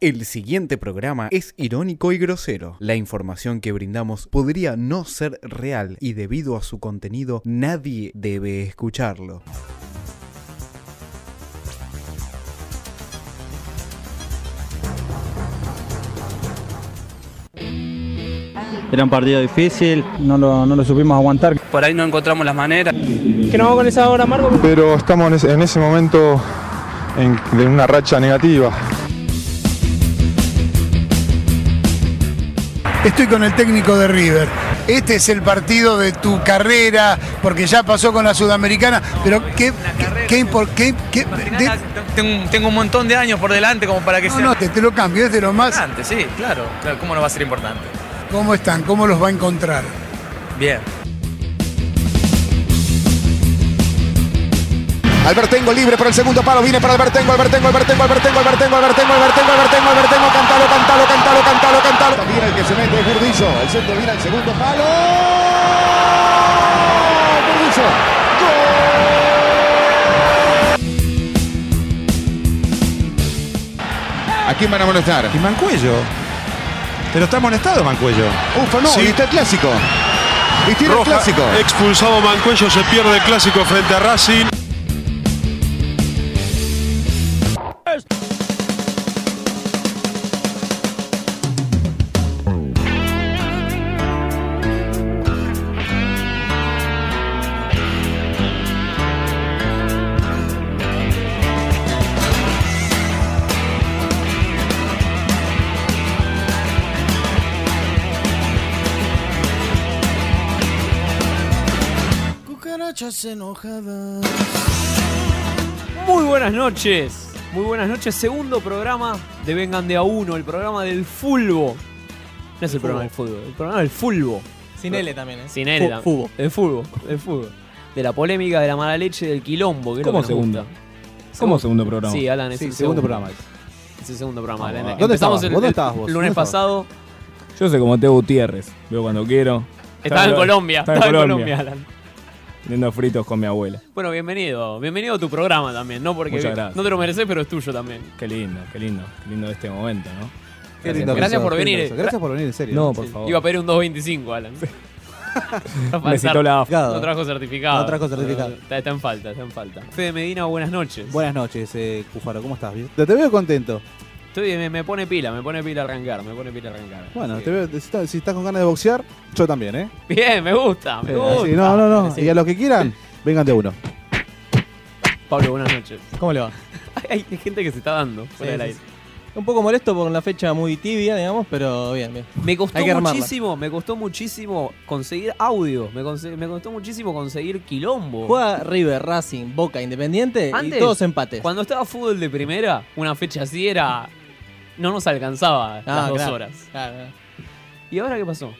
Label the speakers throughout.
Speaker 1: El siguiente programa es irónico y grosero. La información que brindamos podría no ser real y debido a su contenido nadie debe escucharlo.
Speaker 2: Era un partido difícil, no lo, no lo supimos aguantar.
Speaker 3: Por ahí no encontramos las maneras.
Speaker 4: ¿Qué nos vamos con esa hora, Marco?
Speaker 5: pero estamos en ese, en ese momento en- de una racha negativa.
Speaker 6: Estoy con el técnico de River. Este es el partido de tu carrera, porque ya pasó con la Sudamericana, pero qué, qué, qué impor- qué- qué- de-
Speaker 3: Tengo, tengo un montón de años por delante como para que
Speaker 6: no,
Speaker 3: sea
Speaker 6: no, te, te lo cambio, es de lo más.
Speaker 3: importante, sí, claro. Claro, ¿Cómo no va a ser importante?
Speaker 6: ¿Cómo están? ¿Cómo los va a encontrar?
Speaker 3: Bien.
Speaker 7: Albertengo libre para el segundo palo, viene para Albertengo, Albertengo, Albertengo, Albertengo, Albertengo, Albertengo, Albertengo, Albertengo, Albertengo, cantalo, cantalo, cantalo, cantalo, cantalo. También el que se mete es Burdizo, el centro viene al segundo palo. Burdizo, gol. ¿A quién van a molestar?
Speaker 8: Y Mancuello. Pero está molestado Mancuello.
Speaker 7: Ufa, no,
Speaker 8: Sí.
Speaker 7: y está el clásico. Y tiene el clásico.
Speaker 5: Expulsado Mancuello, se pierde el clásico frente a Racing.
Speaker 4: Muy buenas noches. Muy buenas noches. Segundo programa de Vengan de a uno, el programa del fulbo. No es el programa del fútbol, el programa del fulbo.
Speaker 9: Sin L también, ¿eh?
Speaker 4: Sin él.
Speaker 9: Fu-
Speaker 4: tam-
Speaker 9: fútbol.
Speaker 4: El fútbol, el fútbol. De la polémica, de la mala leche, del quilombo. Que es lo
Speaker 2: ¿Cómo
Speaker 4: que nos
Speaker 2: segundo?
Speaker 4: gusta.
Speaker 2: ¿Cómo segundo programa?
Speaker 4: Sí, Alan, es
Speaker 9: Sí,
Speaker 4: el
Speaker 9: segundo programa.
Speaker 4: Es el segundo programa.
Speaker 2: Ah,
Speaker 4: Alan.
Speaker 2: ¿dónde
Speaker 4: Empezamos
Speaker 2: estabas?
Speaker 4: el-
Speaker 2: ¿Vos dónde
Speaker 4: el
Speaker 2: estabas vos?
Speaker 4: lunes
Speaker 2: ¿Dónde estabas?
Speaker 4: pasado.
Speaker 2: Yo soy como Teo Gutiérrez. Veo cuando quiero.
Speaker 4: Estaba en
Speaker 2: Estaba-
Speaker 4: Colombia.
Speaker 2: estaba en
Speaker 4: Estaba en
Speaker 2: Colombia.
Speaker 4: Colombia, Alan.
Speaker 2: Vendiendo fritos con mi abuela.
Speaker 4: Bueno, bienvenido. Bienvenido a tu programa también, ¿no? Porque
Speaker 2: Muchas gracias.
Speaker 4: no te lo mereces, pero es tuyo también.
Speaker 2: Qué lindo, qué lindo. Qué lindo este momento, ¿no?
Speaker 9: Qué lindo
Speaker 4: Gracias
Speaker 9: que sos,
Speaker 4: por
Speaker 9: qué
Speaker 4: venir,
Speaker 9: lindo que sos.
Speaker 4: eh.
Speaker 9: Gracias por venir, en serio.
Speaker 2: No, por
Speaker 4: Sí.
Speaker 2: favor.
Speaker 4: Iba a pedir un 2.25, Alan.
Speaker 2: Me citó la AFA.
Speaker 9: Complicado.
Speaker 4: No trajo certificado.
Speaker 9: No trajo certificado.
Speaker 4: Está, está en falta, está en falta. Fede Medina, buenas noches.
Speaker 9: Buenas noches, eh, Cufaro, ¿cómo estás? Bien. Te te veo contento.
Speaker 4: Estoy- me, me pone pila, me pone pila arrancar, me pone pila arrancar.
Speaker 9: Bueno,
Speaker 4: Así
Speaker 9: te
Speaker 4: que-
Speaker 9: veo, si, estás- si estás con ganas de boxear, yo también, ¿eh?
Speaker 4: Bien, me gusta, me
Speaker 9: Eh,
Speaker 4: gusta.
Speaker 9: así, no, no, no.
Speaker 4: Así.
Speaker 9: Y a los que quieran, vengan de uno.
Speaker 4: Pablo, buenas noches.
Speaker 10: ¿Cómo le va?
Speaker 4: Hay, hay gente que se está dando fuera del
Speaker 10: sí,
Speaker 4: aire.
Speaker 10: Un poco molesto por la fecha muy tibia, digamos, pero bien, bien.
Speaker 4: Me costó
Speaker 10: Hay que armarla.
Speaker 4: muchísimo, me costó muchísimo conseguir audio, me, conse- me costó muchísimo conseguir quilombo.
Speaker 10: Juega River, Racing, Boca, Independiente
Speaker 4: Antes,
Speaker 10: y todos empates.
Speaker 4: Cuando estaba fútbol de primera, una fecha así era. No nos alcanzaba
Speaker 10: Ah,
Speaker 4: las dos
Speaker 10: claro,
Speaker 4: horas.
Speaker 10: claro, claro.
Speaker 4: ¿Y ahora qué pasó?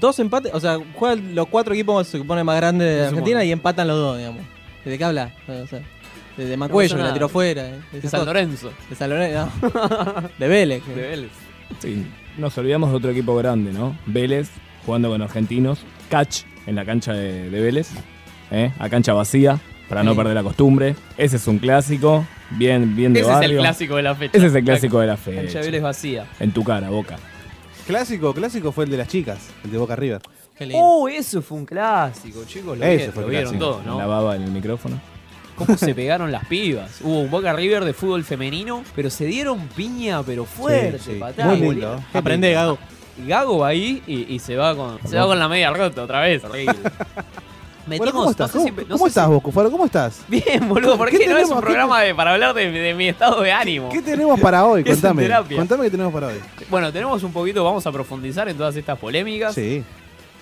Speaker 10: Dos empates, o sea, juegan los cuatro equipos se supone más grandes de
Speaker 4: Se
Speaker 10: Argentina
Speaker 4: supone.
Speaker 10: y empatan los dos, digamos. ¿De qué habla? O sea, de, de Mancuello, que
Speaker 4: nada.
Speaker 10: la tiró fuera. eh, de
Speaker 4: De
Speaker 10: esas
Speaker 4: San
Speaker 10: cosas.
Speaker 4: Lorenzo,
Speaker 10: De San Lorenzo, no. De Vélez. que-
Speaker 4: de Vélez.
Speaker 2: Sí. Nos olvidamos de otro equipo grande, ¿no? Vélez, jugando con argentinos. Catch, en la cancha de, de Vélez. ¿eh? A cancha vacía, para no
Speaker 10: Sí.
Speaker 2: perder la costumbre. Ese es un clásico. Bien, bien de
Speaker 4: Ese es
Speaker 2: barrio.
Speaker 4: el clásico de la fecha.
Speaker 2: Ese es el clásico de la
Speaker 4: La cancha
Speaker 2: fecha.
Speaker 4: de Vélez vacía.
Speaker 2: En tu cara, boca.
Speaker 9: Clásico, clásico fue el de las chicas, el de Boca River.
Speaker 10: Qué lindo.
Speaker 4: Oh, eso fue un clásico, chicos. Lo,
Speaker 9: Ese
Speaker 4: vieron,
Speaker 9: fue
Speaker 4: lo
Speaker 9: el
Speaker 4: vieron
Speaker 9: clásico.
Speaker 4: todo, ¿no?
Speaker 2: La baba en el micrófono.
Speaker 4: Cómo se pegaron las pibas. Hubo un Boca River de fútbol femenino, pero se dieron piña, pero fuerte,
Speaker 9: Sí, sí.
Speaker 4: patada.
Speaker 9: Muy
Speaker 4: boludo.
Speaker 9: lindo.
Speaker 10: Aprende, Gago.
Speaker 4: Y Gago va ahí y, y se va con se va con la media rota otra vez. Horrible.
Speaker 9: Bueno, ¿cómo estás?
Speaker 4: no sé si-
Speaker 9: ¿Cómo,
Speaker 4: no
Speaker 9: cómo
Speaker 4: sé si-
Speaker 9: estás vos, Cufaro? ¿Cómo estás?
Speaker 4: Bien, boludo, ¿por
Speaker 9: ¿Qué
Speaker 4: qué, no es
Speaker 9: tenemos?
Speaker 4: un
Speaker 9: ¿Qué
Speaker 4: programa de- para hablar de, de mi estado de ánimo?
Speaker 9: ¿Qué tenemos para hoy?
Speaker 4: Es en
Speaker 9: Contame.
Speaker 4: terapia.
Speaker 9: Contame qué tenemos para hoy.
Speaker 4: Bueno, tenemos un poquito, vamos a profundizar en todas estas polémicas.
Speaker 9: Sí.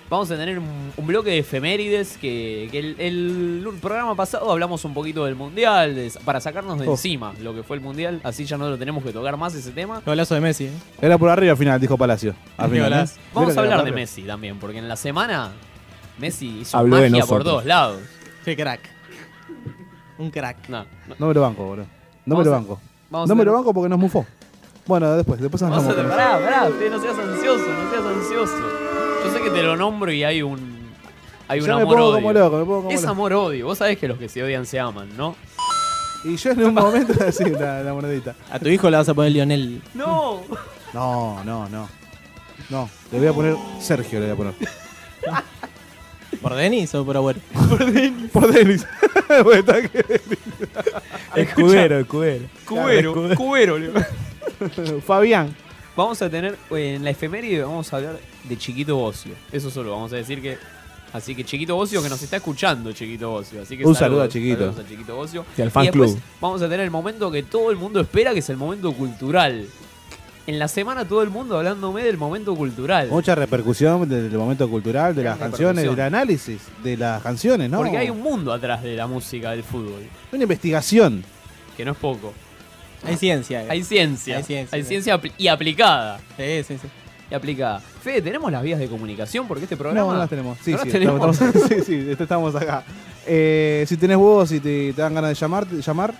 Speaker 4: Vamos a tener un, un bloque de efemérides que, que el, el programa pasado hablamos un poquito del mundial, de- para sacarnos de
Speaker 9: Oh.
Speaker 4: encima lo que fue el mundial, así ya no lo tenemos que tocar más ese tema.
Speaker 10: Golazo de Messi, ¿eh?
Speaker 9: Era por arriba al final, dijo Palacio. Al
Speaker 10: Qué
Speaker 9: final, ¿eh?
Speaker 10: golazo.
Speaker 4: Vamos
Speaker 9: Era
Speaker 4: a hablar de
Speaker 9: arriba.
Speaker 4: Messi también, porque en la semana Messi hizo
Speaker 2: Habló de
Speaker 4: magia por
Speaker 2: nosotros.
Speaker 4: todos lados.
Speaker 10: Qué crack. Un crack.
Speaker 4: No, no.
Speaker 9: No me lo banco, boludo. No me
Speaker 4: Vamos
Speaker 9: lo
Speaker 4: a-
Speaker 9: banco.
Speaker 4: vamos
Speaker 9: No
Speaker 4: a
Speaker 9: me
Speaker 4: tener-
Speaker 9: lo banco porque nos mufó. Bueno, después, después
Speaker 4: Vamos
Speaker 9: hablamos.
Speaker 4: a pará, pará, usted no seas ansioso, no seas ansioso. Yo sé que te lo nombro y hay un hay un
Speaker 9: Ya me
Speaker 4: amor
Speaker 9: pongo como
Speaker 4: odio.
Speaker 9: loco, me pongo como
Speaker 4: Es
Speaker 9: loco.
Speaker 4: amor odio, vos sabés que los que se odian se aman, ¿no?
Speaker 9: Y yo en un momento así, la, la monedita.
Speaker 10: A tu hijo le vas a poner Lionel.
Speaker 4: No.
Speaker 9: No, no, no. No, le voy a poner Sergio, le voy a poner.
Speaker 10: ¿Por Denis o por Agüero?
Speaker 9: Por Denis. Porque está que-
Speaker 2: Escudero, escudero.
Speaker 4: Cubero, cubero, Leo.
Speaker 9: Fabián.
Speaker 4: Vamos a tener, eh, en la efeméride vamos a hablar de Chiquito Bocio. Eso solo, vamos a decir que... Así que Chiquito Bocio que nos está escuchando, Chiquito Bocio. Así que
Speaker 9: Un
Speaker 4: saludos,
Speaker 9: saludo a Chiquito.
Speaker 4: saludos a Chiquito Bocio.
Speaker 2: Y al fan
Speaker 4: después
Speaker 2: club.
Speaker 4: Vamos a tener el momento que todo el mundo espera, que es el momento cultural. En la semana todo el mundo hablándome del momento cultural.
Speaker 9: Mucha repercusión del, del momento cultural, de las
Speaker 4: Gran
Speaker 9: canciones,
Speaker 4: repercusión.
Speaker 9: del análisis de las canciones, ¿no?
Speaker 4: Porque hay un mundo atrás de la música del fútbol,
Speaker 9: Una investigación.
Speaker 4: que no es poco.
Speaker 10: Hay ciencia. eh.
Speaker 4: Hay ciencia.
Speaker 10: Hay ciencia. eh.
Speaker 4: Hay ciencia apl- y aplicada.
Speaker 10: Sí, sí, sí.
Speaker 4: Y aplicada. Fede, ¿tenemos las vías de comunicación? Porque este
Speaker 9: No,
Speaker 4: programa...
Speaker 9: no las tenemos. Sí,
Speaker 4: ¿No las
Speaker 9: sí,
Speaker 4: tenemos?
Speaker 9: Estamos, estamos- sí, sí, estamos acá. Eh, si tenés vos y te, te dan ganas de llamar, de llamar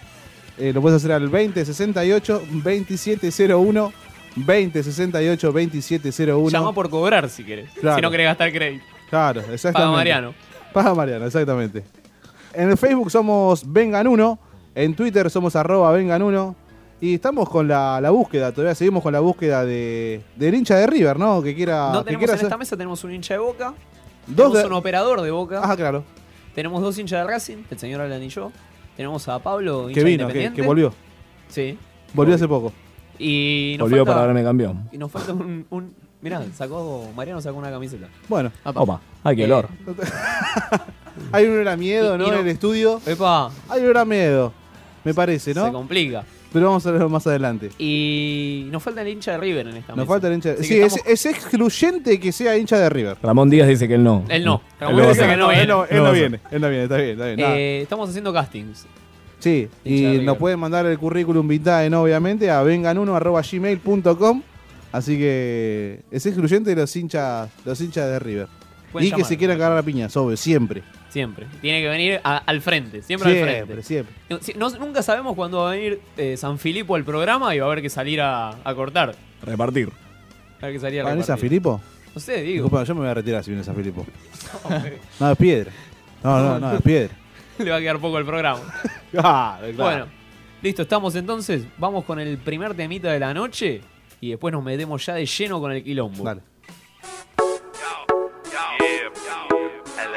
Speaker 9: eh, lo puedes hacer al 2068 2701 2068 2701.
Speaker 4: Llama por cobrar si querés.
Speaker 9: Claro.
Speaker 4: Si no querés gastar crédito.
Speaker 9: Claro, exactamente.
Speaker 4: Paga Mariano.
Speaker 9: Paga Mariano, exactamente. En el Facebook somos Vengan1, en Twitter somos arroba Vengan1 y estamos con la, la búsqueda, todavía seguimos con la búsqueda de, del hincha de River, ¿no? Que quiera...
Speaker 4: no
Speaker 9: que
Speaker 4: tenemos en
Speaker 9: quiera
Speaker 4: esta mesa tenemos un hincha de Boca,
Speaker 9: dos
Speaker 4: tenemos
Speaker 9: de-
Speaker 4: un operador de Boca,
Speaker 9: Ah, claro,
Speaker 4: tenemos dos hinchas de Racing, el señor Alan y yo. Tenemos a Pablo, hincha de
Speaker 9: que vino, que,
Speaker 4: independiente.
Speaker 9: que volvió.
Speaker 4: Sí.
Speaker 9: Volvió hace poco.
Speaker 4: Y nos
Speaker 2: Volvió
Speaker 4: falta,
Speaker 2: para darme campeón.
Speaker 4: y nos falta un, un- Mirá, sacó. Mariano sacó una camiseta.
Speaker 9: Bueno,
Speaker 4: Apa.
Speaker 2: Opa, ay, qué
Speaker 4: Eh,
Speaker 2: olor.
Speaker 9: hay un olor a miedo,
Speaker 4: Y-
Speaker 9: ¿no?
Speaker 4: y no-
Speaker 9: En el estudio.
Speaker 4: Epa,
Speaker 9: Hay un olor a miedo, me parece,
Speaker 4: se
Speaker 9: ¿no?
Speaker 4: complica.
Speaker 9: Pero vamos a verlo más adelante.
Speaker 4: Y nos falta el hincha de River en esta mesa.
Speaker 9: Nos falta el hincha de...
Speaker 4: Así
Speaker 9: Sí,
Speaker 4: que
Speaker 9: es,
Speaker 4: estamos-
Speaker 9: es excluyente que sea hincha de River.
Speaker 2: Ramón Díaz dice que él no.
Speaker 4: Él no. Ramón
Speaker 2: Él no va a
Speaker 4: dice
Speaker 2: ser.
Speaker 4: que no
Speaker 9: él
Speaker 4: viene.
Speaker 9: no, él
Speaker 2: No
Speaker 9: no
Speaker 2: va a
Speaker 9: viene, él no viene, está bien, está bien. nada.
Speaker 4: Eh, estamos haciendo castings.
Speaker 9: Sí,
Speaker 4: Hincha de
Speaker 9: y nos
Speaker 4: River.
Speaker 9: pueden mandar el currículum vitae, ¿no? obviamente, a vengan1.gmail.com. Así que es excluyente de los hinchas, los hinchas de River.
Speaker 4: Pueden
Speaker 9: y que
Speaker 4: llamar.
Speaker 9: se quieran cagar a piñas, obvio, siempre.
Speaker 4: Siempre. Tiene que venir a- al frente. Siempre, al frente.
Speaker 9: Siempre, siempre.
Speaker 4: No, si- no- nunca sabemos cuándo va a venir eh, San Filipo al programa y va a haber que salir a, a cortar.
Speaker 2: Repartir.
Speaker 4: Va a haber que salir a
Speaker 9: ¿Va a venir San
Speaker 4: repartir.
Speaker 9: Filipo?
Speaker 4: No sé, digo.
Speaker 9: Disculpa, yo me voy a retirar si viene San Filipo. No, es piedra. No, no, no, es piedra.
Speaker 4: Le va a quedar poco el programa.
Speaker 9: Claro, claro.
Speaker 4: Bueno, listo, estamos entonces. Vamos con el primer temita de la noche y después nos metemos ya de lleno con el quilombo.
Speaker 9: Dale.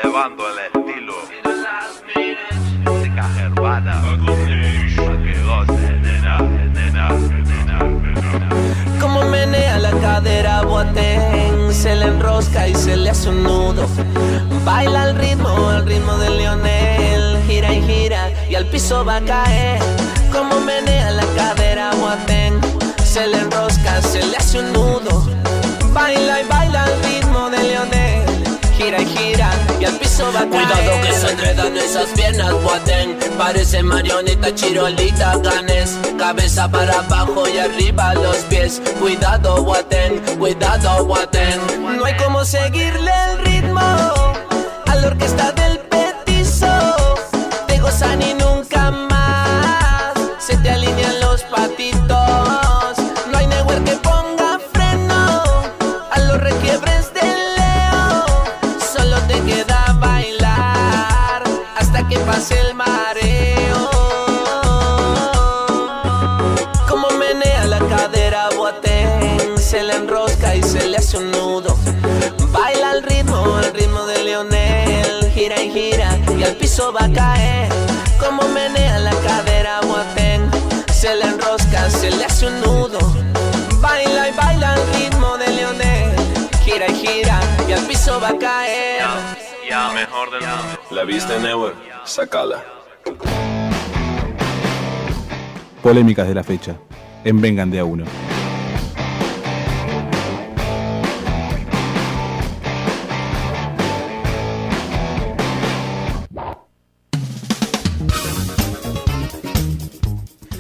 Speaker 11: Elevando el estilo. Música hermana. Que goce, nena, nena, nena, nena.
Speaker 12: Como menea la cadera Boateng Se le enrosca y se le hace un nudo Baila al ritmo, al ritmo de Lionel Gira y gira y al piso va a caer Como menea la cadera Boateng Se le enrosca, se le hace un nudo Baila y baila al ritmo de Lionel Gira y gira y al piso va a caer
Speaker 13: Cuidado que se enredan esas piernas, Boateng Parece marioneta chirolita, ganes Cabeza para abajo y arriba los pies Cuidado, Boateng, cuidado, Boateng
Speaker 12: No hay como seguirle el ritmo a la orquesta del petizo. Te gozan y nunca más se te alinean los patitos. No hay network que ponga freno a los requiebres del Leo. Solo te queda bailar hasta que pase el mareo. Como menea la cadera Boateng Se le enrosca y se le hace un nudo Baila al ritmo, al ritmo de Leonel Gira y gira y al piso va a caer Como menea la cadera Boateng Se le enrosca, se le hace un nudo Baila y baila al ritmo de Leonel Gira y gira y al piso va a caer
Speaker 11: Ya mejor del mundo.
Speaker 14: La viste, Neuer, sacala.
Speaker 9: Polémicas de la fecha. En Vengan de a uno.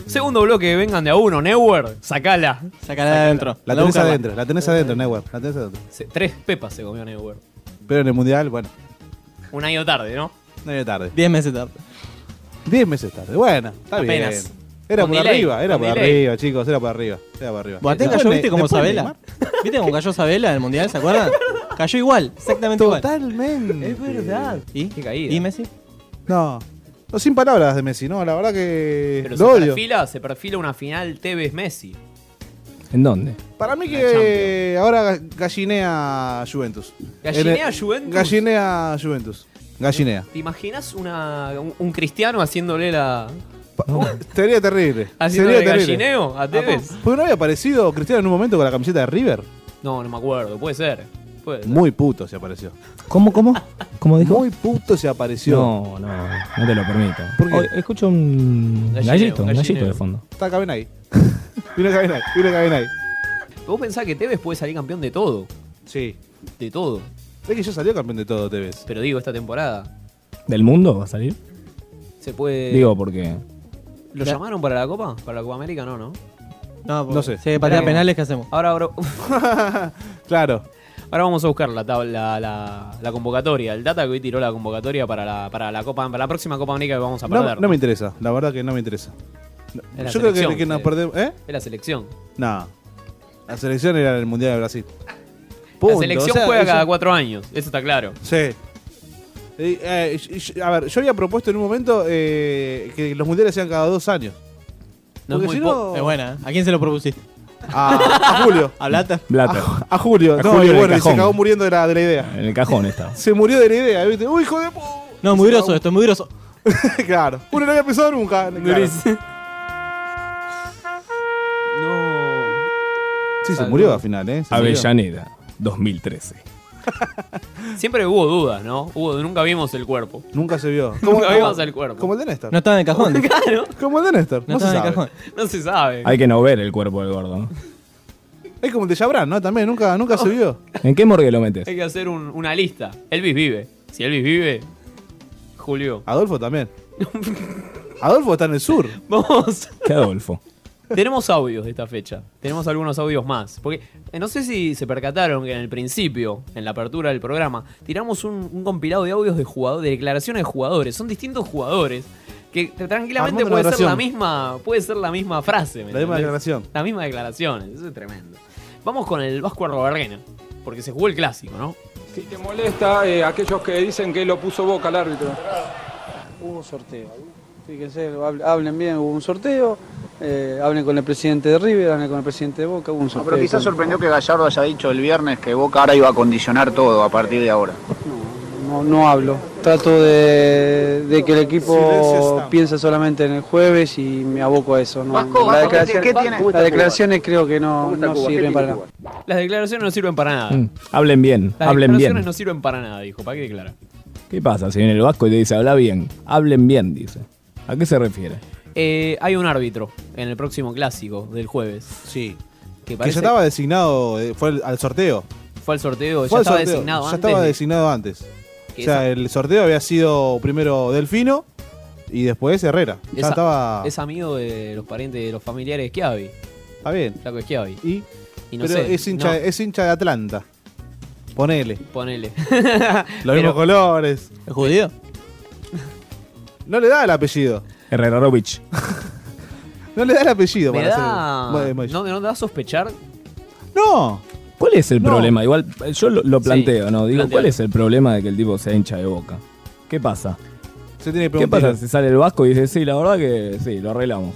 Speaker 4: Segundo bloque, vengan de a uno, Neuer, sacala.
Speaker 10: Sacala de adentro.
Speaker 9: La
Speaker 10: La
Speaker 9: tenés
Speaker 10: busca,
Speaker 9: adentro, la tenés adentro, Neuer. La tenés adentro.
Speaker 4: Se- tres pepas se comió Neuer.
Speaker 9: Pero en el mundial, bueno,
Speaker 4: Un año tarde, ¿no?
Speaker 9: no hay tarde.
Speaker 10: 10 meses tarde.
Speaker 9: Diez meses tarde. Bueno, está
Speaker 10: Apenas.
Speaker 9: bien. Era
Speaker 4: Con
Speaker 9: por
Speaker 4: delay,
Speaker 9: arriba, era
Speaker 4: con
Speaker 9: por
Speaker 4: delay.
Speaker 9: arriba, chicos, era por arriba. Era por arriba.
Speaker 10: Boateng
Speaker 9: Después
Speaker 10: cayó,
Speaker 9: ne-
Speaker 10: ¿viste como
Speaker 9: después
Speaker 10: Sabela?
Speaker 9: Neymar.
Speaker 10: ¿Viste cómo cayó Sabela en el Mundial? ¿Se acuerdan? Cayó igual, exactamente igual.
Speaker 9: Totalmente.
Speaker 4: verdad.
Speaker 10: ¿Y?
Speaker 4: Qué caída.
Speaker 10: ¿Y Messi?
Speaker 9: No. No, sin palabras de Messi, ¿no? La verdad que
Speaker 4: Pero
Speaker 9: lo
Speaker 4: se
Speaker 9: odio.
Speaker 4: perfila, se perfila una final Tevez Messi.
Speaker 2: ¿En dónde?
Speaker 9: Para mí que ahora ga- gallinea Juventus.
Speaker 4: ¿Gallinea
Speaker 9: En el-
Speaker 4: Juventus?
Speaker 9: Gallinea Juventus. Gallinea.
Speaker 4: ¿Te imaginas una, un, un cristiano haciéndole la.
Speaker 9: Oh. Sería terrible.
Speaker 4: ¿Haciéndole
Speaker 9: Sería terrible.
Speaker 4: gallineo a Tevez?
Speaker 9: Ah, ¿Porque no había aparecido Cristiano en un momento con la camiseta de River?
Speaker 4: No, no me acuerdo, puede ser. Puede ser.
Speaker 9: Muy puto se apareció.
Speaker 2: ¿Cómo, cómo? ¿Cómo dijo?
Speaker 9: Muy puto se apareció.
Speaker 2: No, no, no te lo permito.
Speaker 9: ¿Por qué?
Speaker 2: Hoy escucho un
Speaker 4: Gallineo,
Speaker 2: gallito, un gallito
Speaker 4: gallineo.
Speaker 2: de fondo.
Speaker 9: Está Cabenay. Vino Cabenay, vino Cabenay.
Speaker 4: Vos pensás que Tevez puede salir campeón de todo.
Speaker 9: Sí.
Speaker 4: De todo.
Speaker 9: Es que ya salió campeón de todo, Tevez.
Speaker 4: Pero digo, esta temporada.
Speaker 2: ¿Del mundo va a salir?
Speaker 4: Se puede.
Speaker 2: Digo, porque.
Speaker 4: ¿Lo llamaron para la Copa? ¿Para la Copa América? No, ¿no?
Speaker 10: No,
Speaker 9: No sé.
Speaker 10: Si hay que patear penales, ¿qué hacemos?
Speaker 4: Ahora, ahora.
Speaker 9: claro.
Speaker 4: Ahora vamos a buscar la, tabla, la, la convocatoria. El data que hoy tiró la convocatoria para la, para la Copa para la próxima Copa América que vamos a
Speaker 9: No,
Speaker 4: perder.
Speaker 9: no me interesa, la verdad que no me interesa. No,
Speaker 4: Es la
Speaker 9: Yo creo que,
Speaker 4: selección,
Speaker 9: que nos
Speaker 4: eh.
Speaker 9: perdemos. ¿Eh?
Speaker 4: Es la selección.
Speaker 9: No. La selección era el Mundial de Brasil. Punto,
Speaker 4: La selección
Speaker 9: o sea,
Speaker 4: juega
Speaker 9: eso-
Speaker 4: cada cuatro años, eso está claro.
Speaker 9: Sí. Eh, eh, y- y- a ver, yo había propuesto en un momento eh, que los mundiales sean cada dos años.
Speaker 10: No es
Speaker 9: Porque
Speaker 10: muy
Speaker 9: si
Speaker 10: po- es buena, ¿eh? ¿A quién se lo propusiste?
Speaker 9: A, a Julio.
Speaker 10: ¿A Blata?
Speaker 2: Blata.
Speaker 9: A Julio.
Speaker 2: A
Speaker 9: no,
Speaker 2: Julio
Speaker 9: y
Speaker 2: en el
Speaker 9: bueno, y se
Speaker 2: cajón.
Speaker 9: acabó muriendo de la, de la idea.
Speaker 2: En el cajón está.
Speaker 9: Se murió de la idea, ¿viste? ¡Uy, hijo de pu-!
Speaker 10: No, muy groso esto, muy groso.
Speaker 9: claro. Uno no había pensado nunca. claro.
Speaker 4: No.
Speaker 9: Sí, se murió al final, ¿eh? Se murió.
Speaker 2: Avellaneda, 2013.
Speaker 4: Siempre hubo dudas, ¿no? Hubo, nunca vimos el cuerpo.
Speaker 9: Nunca se vio.
Speaker 4: Nunca vimos el cuerpo.
Speaker 9: Como el de Néstor.
Speaker 10: No estaba en el cajón.
Speaker 4: Claro,
Speaker 9: Como el de Néstor.
Speaker 10: No
Speaker 9: No, se
Speaker 10: estaba en el
Speaker 9: sabe.
Speaker 10: cajón.
Speaker 4: no se sabe.
Speaker 2: Hay que no ver el cuerpo del gordo. ¿no?
Speaker 9: Es como el de Jabran, ¿no? También nunca, nunca se vio.
Speaker 2: ¿En qué morgue lo metes?
Speaker 4: Hay que hacer un- una lista. Elvis vive. Si Elvis vive, Julio.
Speaker 9: Adolfo también. Adolfo está en el sur.
Speaker 4: Vamos.
Speaker 2: ¿Qué Adolfo?
Speaker 4: Tenemos audios de esta fecha. Tenemos algunos audios más. Porque eh, no sé si se percataron que en el principio, en la apertura del programa, tiramos un, un compilado de audios de jugadores, de declaraciones de jugadores. Son distintos jugadores que eh, tranquilamente
Speaker 9: Armando una
Speaker 4: puede ser
Speaker 9: oración.
Speaker 4: la misma, puede ser la misma frase. ¿me
Speaker 9: La misma
Speaker 4: entendés?
Speaker 9: declaración.
Speaker 4: La misma declaración. Eso es tremendo. Vamos con el Vasco Arrobarrena, porque se jugó el clásico, ¿no?
Speaker 15: Si te molesta, eh, aquellos que dicen que lo puso Boca al árbitro.
Speaker 16: Hubo sorteo. Fíjense, hab- hablen bien, hubo un sorteo. eh, hablen con el presidente de River, hablen con el presidente de Boca, hubo un sorteo.
Speaker 17: pero quizás sorprendió que Gallardo haya dicho el viernes que Boca ahora iba a condicionar todo a partir de ahora.
Speaker 16: No, no hablo. Trato de, de que el
Speaker 17: Silencio
Speaker 16: equipo
Speaker 17: está.
Speaker 16: piense solamente en el jueves y me aboco a eso. No,
Speaker 17: Vasco,
Speaker 16: las
Speaker 17: Vasco, ¿qué
Speaker 16: declaraciones-
Speaker 17: tiene- qué tiene?
Speaker 16: las declaraciones creo que no,
Speaker 17: ¿Cómo está
Speaker 16: no
Speaker 17: Cuba? ¿Qué
Speaker 16: sirven
Speaker 17: tiene
Speaker 16: para nada.
Speaker 4: Las declaraciones no sirven para nada.
Speaker 2: Mm, Hablen bien,
Speaker 4: Las
Speaker 2: hablen
Speaker 4: declaraciones
Speaker 2: bien.
Speaker 4: no sirven para nada, dijo. ¿Para qué declarar?
Speaker 2: ¿Qué pasa si viene el vasco y te dice habla bien? Hablen bien, dice. ¿A qué se refiere?
Speaker 4: Eh, hay un árbitro en el próximo clásico del jueves.
Speaker 9: Sí.
Speaker 4: Que,
Speaker 9: Que
Speaker 4: parece
Speaker 9: ya estaba designado, eh, fue al- al sorteo.
Speaker 4: Fue al sorteo, ya
Speaker 9: Fue al
Speaker 4: estaba
Speaker 9: sorteo,
Speaker 4: designado
Speaker 9: ya
Speaker 4: antes.
Speaker 9: estaba
Speaker 4: de-
Speaker 9: designado antes.
Speaker 4: Que
Speaker 9: O sea,
Speaker 4: esa-
Speaker 9: el sorteo había sido primero Delfino y después Herrera. Ya
Speaker 4: esa-
Speaker 9: estaba.
Speaker 4: Es amigo de los parientes, de los familiares de Schiavi.
Speaker 9: Está bien.
Speaker 4: Flaco Schiavi.
Speaker 9: Y,
Speaker 4: no
Speaker 9: pero
Speaker 4: sé,
Speaker 9: es, hincha,
Speaker 4: no,
Speaker 9: es hincha de Atlanta. Ponele.
Speaker 4: Ponele.
Speaker 9: Los mismos colores.
Speaker 10: ¿Es judío?
Speaker 9: No le da el apellido.
Speaker 2: Herrerovich.
Speaker 9: No le da el apellido
Speaker 4: Me
Speaker 9: para
Speaker 4: da...
Speaker 9: hacer- Bueno, bueno,
Speaker 4: ¿No, ¿No te da a sospechar?
Speaker 9: No.
Speaker 2: ¿Cuál es el
Speaker 4: No.
Speaker 2: problema? Igual eh, yo lo, lo planteo, ¿no? Digo,
Speaker 4: plantealo.
Speaker 2: ¿cuál es el problema de que el tipo sea hincha de boca? ¿Qué pasa?
Speaker 9: Se tiene que
Speaker 2: ¿Qué
Speaker 9: preguntar.
Speaker 2: pasa si sale el vasco y dice, sí, la verdad que sí, lo arreglamos?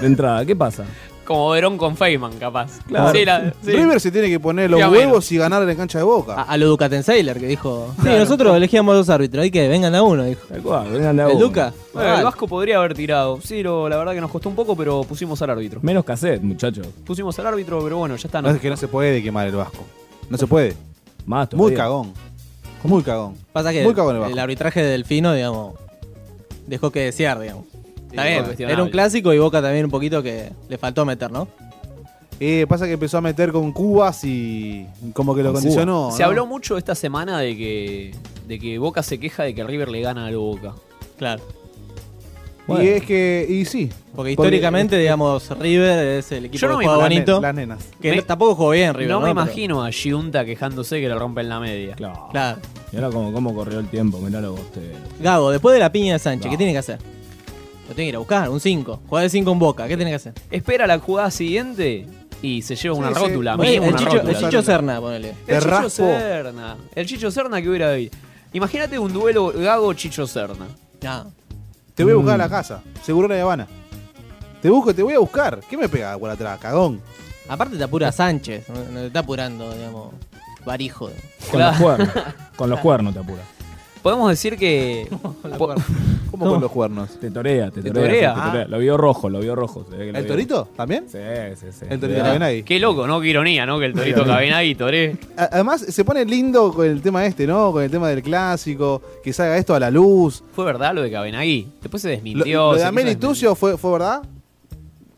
Speaker 2: De entrada, ¿qué pasa?
Speaker 4: Como Verón con Feynman, capaz.
Speaker 2: Claro.
Speaker 4: Sí, la- sí.
Speaker 9: River se tiene que poner los
Speaker 4: Ya, bueno.
Speaker 9: huevos y ganar en cancha de boca.
Speaker 10: A, a lo Ducaten Sailor que dijo. Sí, nosotros elegíamos dos árbitros, hay que vengan a uno, dijo.
Speaker 2: Tal cual, vengan a
Speaker 10: ¿El
Speaker 2: uno.
Speaker 10: Duca?
Speaker 4: Bueno, el Vasco podría haber tirado. Sí, lo- la verdad que nos costó un poco, pero pusimos al árbitro.
Speaker 2: Menos cassette, muchachos.
Speaker 4: Pusimos al árbitro, pero bueno, ya
Speaker 10: Ah,
Speaker 4: está.
Speaker 9: No es que no se puede quemar el Vasco. No se puede.
Speaker 2: Mato.
Speaker 9: Muy
Speaker 10: todavía.
Speaker 9: cagón. Muy cagón.
Speaker 10: Pasa que
Speaker 9: Muy cagón el
Speaker 10: el,
Speaker 9: Vasco.
Speaker 10: arbitraje de Delfino, digamos, dejó que desear, digamos. Está
Speaker 9: Sí,
Speaker 10: bien,
Speaker 9: cuestionable.
Speaker 10: era un clásico y Boca también un poquito que le faltó meter, ¿no?
Speaker 9: Eh, pasa que empezó a meter con Cubas y como que lo
Speaker 10: Con
Speaker 9: condicionó.
Speaker 4: Se
Speaker 9: ¿no?
Speaker 4: habló mucho esta semana de que, de que Boca se queja de que River le gana al Boca.
Speaker 10: Claro.
Speaker 9: Y
Speaker 10: Bueno.
Speaker 9: es que, y sí.
Speaker 10: Porque históricamente, digamos, River es el equipo
Speaker 4: Yo no me
Speaker 10: que juega
Speaker 4: imagino-
Speaker 10: bonito.
Speaker 9: las nenas.
Speaker 10: Que
Speaker 4: Me-
Speaker 10: no- tampoco jugó bien River,
Speaker 4: no,
Speaker 10: ¿no?
Speaker 4: me
Speaker 10: Pero-
Speaker 4: imagino a Giunta quejándose que le rompen la media.
Speaker 2: Claro.
Speaker 10: Claro.
Speaker 2: Y ahora como, como corrió el tiempo, mirá lo usted.
Speaker 10: Gago, después de la piña de Sánchez, ¿qué tiene que hacer? Lo tiene que ir a buscar, un 5. Jugar de 5 en Boca, ¿qué tiene que hacer?
Speaker 4: Espera la jugada siguiente y se lleva una
Speaker 10: Sí, sí.
Speaker 4: rótula.
Speaker 10: Bueno,
Speaker 4: mínimo
Speaker 10: el
Speaker 4: una
Speaker 10: Chicho-
Speaker 4: rótula.
Speaker 10: el Chicho Serna, ponele. Te
Speaker 4: El Chicho
Speaker 10: raspo.
Speaker 4: Serna. El Chicho Serna que hubiera ahí. Imagínate un duelo Gago-Chicho Serna.
Speaker 10: No.
Speaker 9: Te voy a buscar
Speaker 2: Mm.
Speaker 9: a la casa. Seguro la de Habana. Te busco, te voy a buscar. ¿Qué me pega por atrás, cagón?
Speaker 10: Aparte te apura Sánchez, no no te está apurando, digamos, Barijo.
Speaker 2: Con los cuernos. Con los cuernos te apura.
Speaker 4: Podemos decir que. po-
Speaker 9: ¿Cómo con los cuernos?
Speaker 2: Te torea, te
Speaker 9: ¿Te
Speaker 2: torea.
Speaker 9: torea?
Speaker 2: te
Speaker 9: Ah.
Speaker 2: torea. Lo vio rojo, lo vio rojo. se ve que lo
Speaker 9: ¿El
Speaker 2: vio.
Speaker 9: torito? ¿También?
Speaker 2: Sí, sí, sí.
Speaker 9: El torito también ahí.
Speaker 4: Qué loco, ¿no? Qué ironía, ¿no? Que el Torito Cabenagui toré.
Speaker 9: A- Además, se pone lindo con el tema este, ¿no? Con el tema del clásico, que salga esto a la luz.
Speaker 4: Fue verdad lo de Cabenagui. Después se
Speaker 9: Lo,
Speaker 4: desmintió.
Speaker 9: lo
Speaker 4: se
Speaker 9: de
Speaker 4: quiso
Speaker 9: Ameri
Speaker 4: desmentir.
Speaker 9: Tucio fue, fue verdad.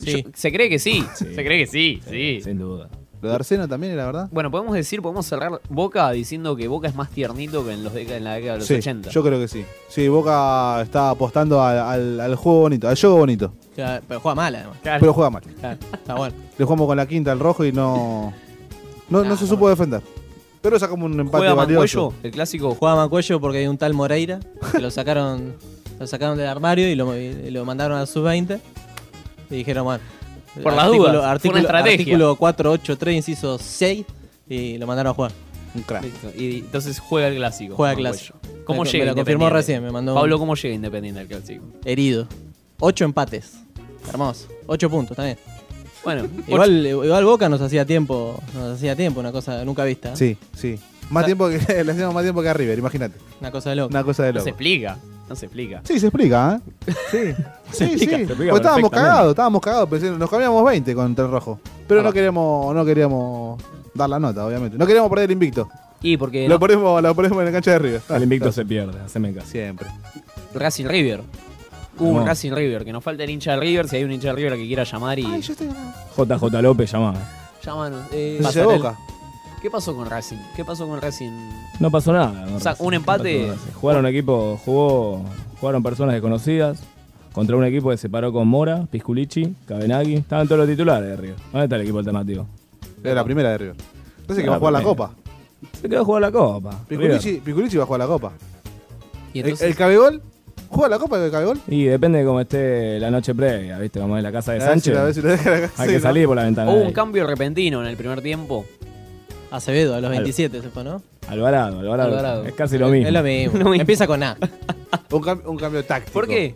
Speaker 4: Yo- se cree que sí, Se cree que sí, sí.
Speaker 2: Sin duda.
Speaker 9: Lo de Arseno también era verdad.
Speaker 4: Bueno, podemos decir, podemos cerrar Boca diciendo que Boca es más tiernito que en, los deca- en la década de los
Speaker 9: sí,
Speaker 4: 80.
Speaker 9: yo creo que sí. Sí, Boca está apostando al, al- al juego bonito, al juego bonito.
Speaker 10: O sea, pero juega mal además.
Speaker 9: Pero juega mal.
Speaker 10: Claro, Está bueno.
Speaker 9: Le jugamos con la quinta al rojo y no. No, no se supo defender. Pero sacamos un empate valioso.
Speaker 4: el clásico.
Speaker 10: Juega Mancuello porque hay un tal Moreira que lo sacaron, lo sacaron del armario y lo, y lo mandaron a sub-20. Y dijeron, bueno,
Speaker 4: Por las
Speaker 10: artículo,
Speaker 4: dudas, fue una
Speaker 10: artículo,
Speaker 4: estrategia.
Speaker 10: artículo 483, inciso 6, y lo mandaron a jugar.
Speaker 9: Un crack.
Speaker 4: Listo. Y entonces juega el clásico.
Speaker 10: Juega el
Speaker 4: Juan
Speaker 10: clásico.
Speaker 4: Cuello. ¿Cómo
Speaker 10: Me-
Speaker 4: llega?
Speaker 10: me lo confirmó
Speaker 4: Independiente?
Speaker 10: recién, me mandó un-
Speaker 4: Pablo, ¿cómo llega Independiente al clásico?
Speaker 10: Herido. Ocho empates. Hermoso. Ocho puntos también.
Speaker 4: Bueno,
Speaker 10: Igual, igual Boca nos hacía tiempo, nos hacía tiempo, una cosa nunca vista. ¿eh?
Speaker 9: Sí, sí. Más tiempo que, le hacíamos más tiempo que a River, imagínate.
Speaker 10: Una cosa de loco.
Speaker 9: Una cosa de
Speaker 4: no se
Speaker 9: loco.
Speaker 4: explica. No se explica.
Speaker 9: Sí, se explica, ¿eh? Sí.
Speaker 4: Se
Speaker 9: Sí, sí.
Speaker 4: explica, se explica
Speaker 9: Porque estábamos
Speaker 4: perfectamente.
Speaker 9: cagados, estábamos cagados. pensé, Nos cambiamos 20 contra el rojo. Pero no queríamos, no queríamos dar la nota, obviamente. No queríamos perder el invicto.
Speaker 4: Y porque
Speaker 9: Lo
Speaker 4: no,
Speaker 9: ponemos, lo ponemos en la cancha de River.
Speaker 2: El invicto se pierde, haceme caso.
Speaker 9: Siempre.
Speaker 4: Racing River. Hubo un
Speaker 2: No.
Speaker 4: Racing River, que nos falta el hincha de River, si hay un hincha de River que quiera llamar y.
Speaker 9: Ay, yo estoy
Speaker 2: JJ López llamaba.
Speaker 4: Llámanos. eh,
Speaker 2: Hincha de
Speaker 4: pasan el-
Speaker 2: Boca.
Speaker 4: ¿Qué pasó con Racing? ¿Qué pasó con Racing?
Speaker 2: No pasó nada. no
Speaker 4: O sea,
Speaker 2: pasó-
Speaker 4: un
Speaker 2: no pasó
Speaker 4: empate-
Speaker 2: nada. Jugaron equipo, jugó, jugaron personas desconocidas contra un equipo que se paró con Mora, Pisculichi, Cabenagui. Estaban todos los titulares de River. ¿Dónde está el equipo alternativo?
Speaker 9: Era la primera de River. Entonces que
Speaker 4: Ah,
Speaker 2: Era
Speaker 9: va a jugar la
Speaker 2: la primera.
Speaker 9: copa.
Speaker 2: Se quedó a jugar la copa.
Speaker 9: Piculici, Piculici va a jugar la copa.
Speaker 4: ¿Y Eh,
Speaker 9: el, el cabegol? ¿Juega la copa el cabegol?
Speaker 2: Y depende de cómo esté la noche previa, ¿viste? Como es la casa de
Speaker 9: A ver si
Speaker 2: Sánchez.
Speaker 9: la- a ver si la deja la casa,
Speaker 2: Hay que
Speaker 9: ¿no?
Speaker 2: salir por la ventana.
Speaker 4: Hubo
Speaker 2: de
Speaker 4: Oh, un
Speaker 2: ahí.
Speaker 4: cambio repentino en el primer tiempo.
Speaker 10: Acevedo, a los
Speaker 2: Al-
Speaker 10: 27 se fue, ¿no?
Speaker 2: Alvarado, Alvarado,
Speaker 4: Alvarado.
Speaker 2: Es casi lo mismo.
Speaker 10: Es lo mismo. Empieza con A.
Speaker 9: Un, cam- un cambio táctico.
Speaker 4: ¿Por qué?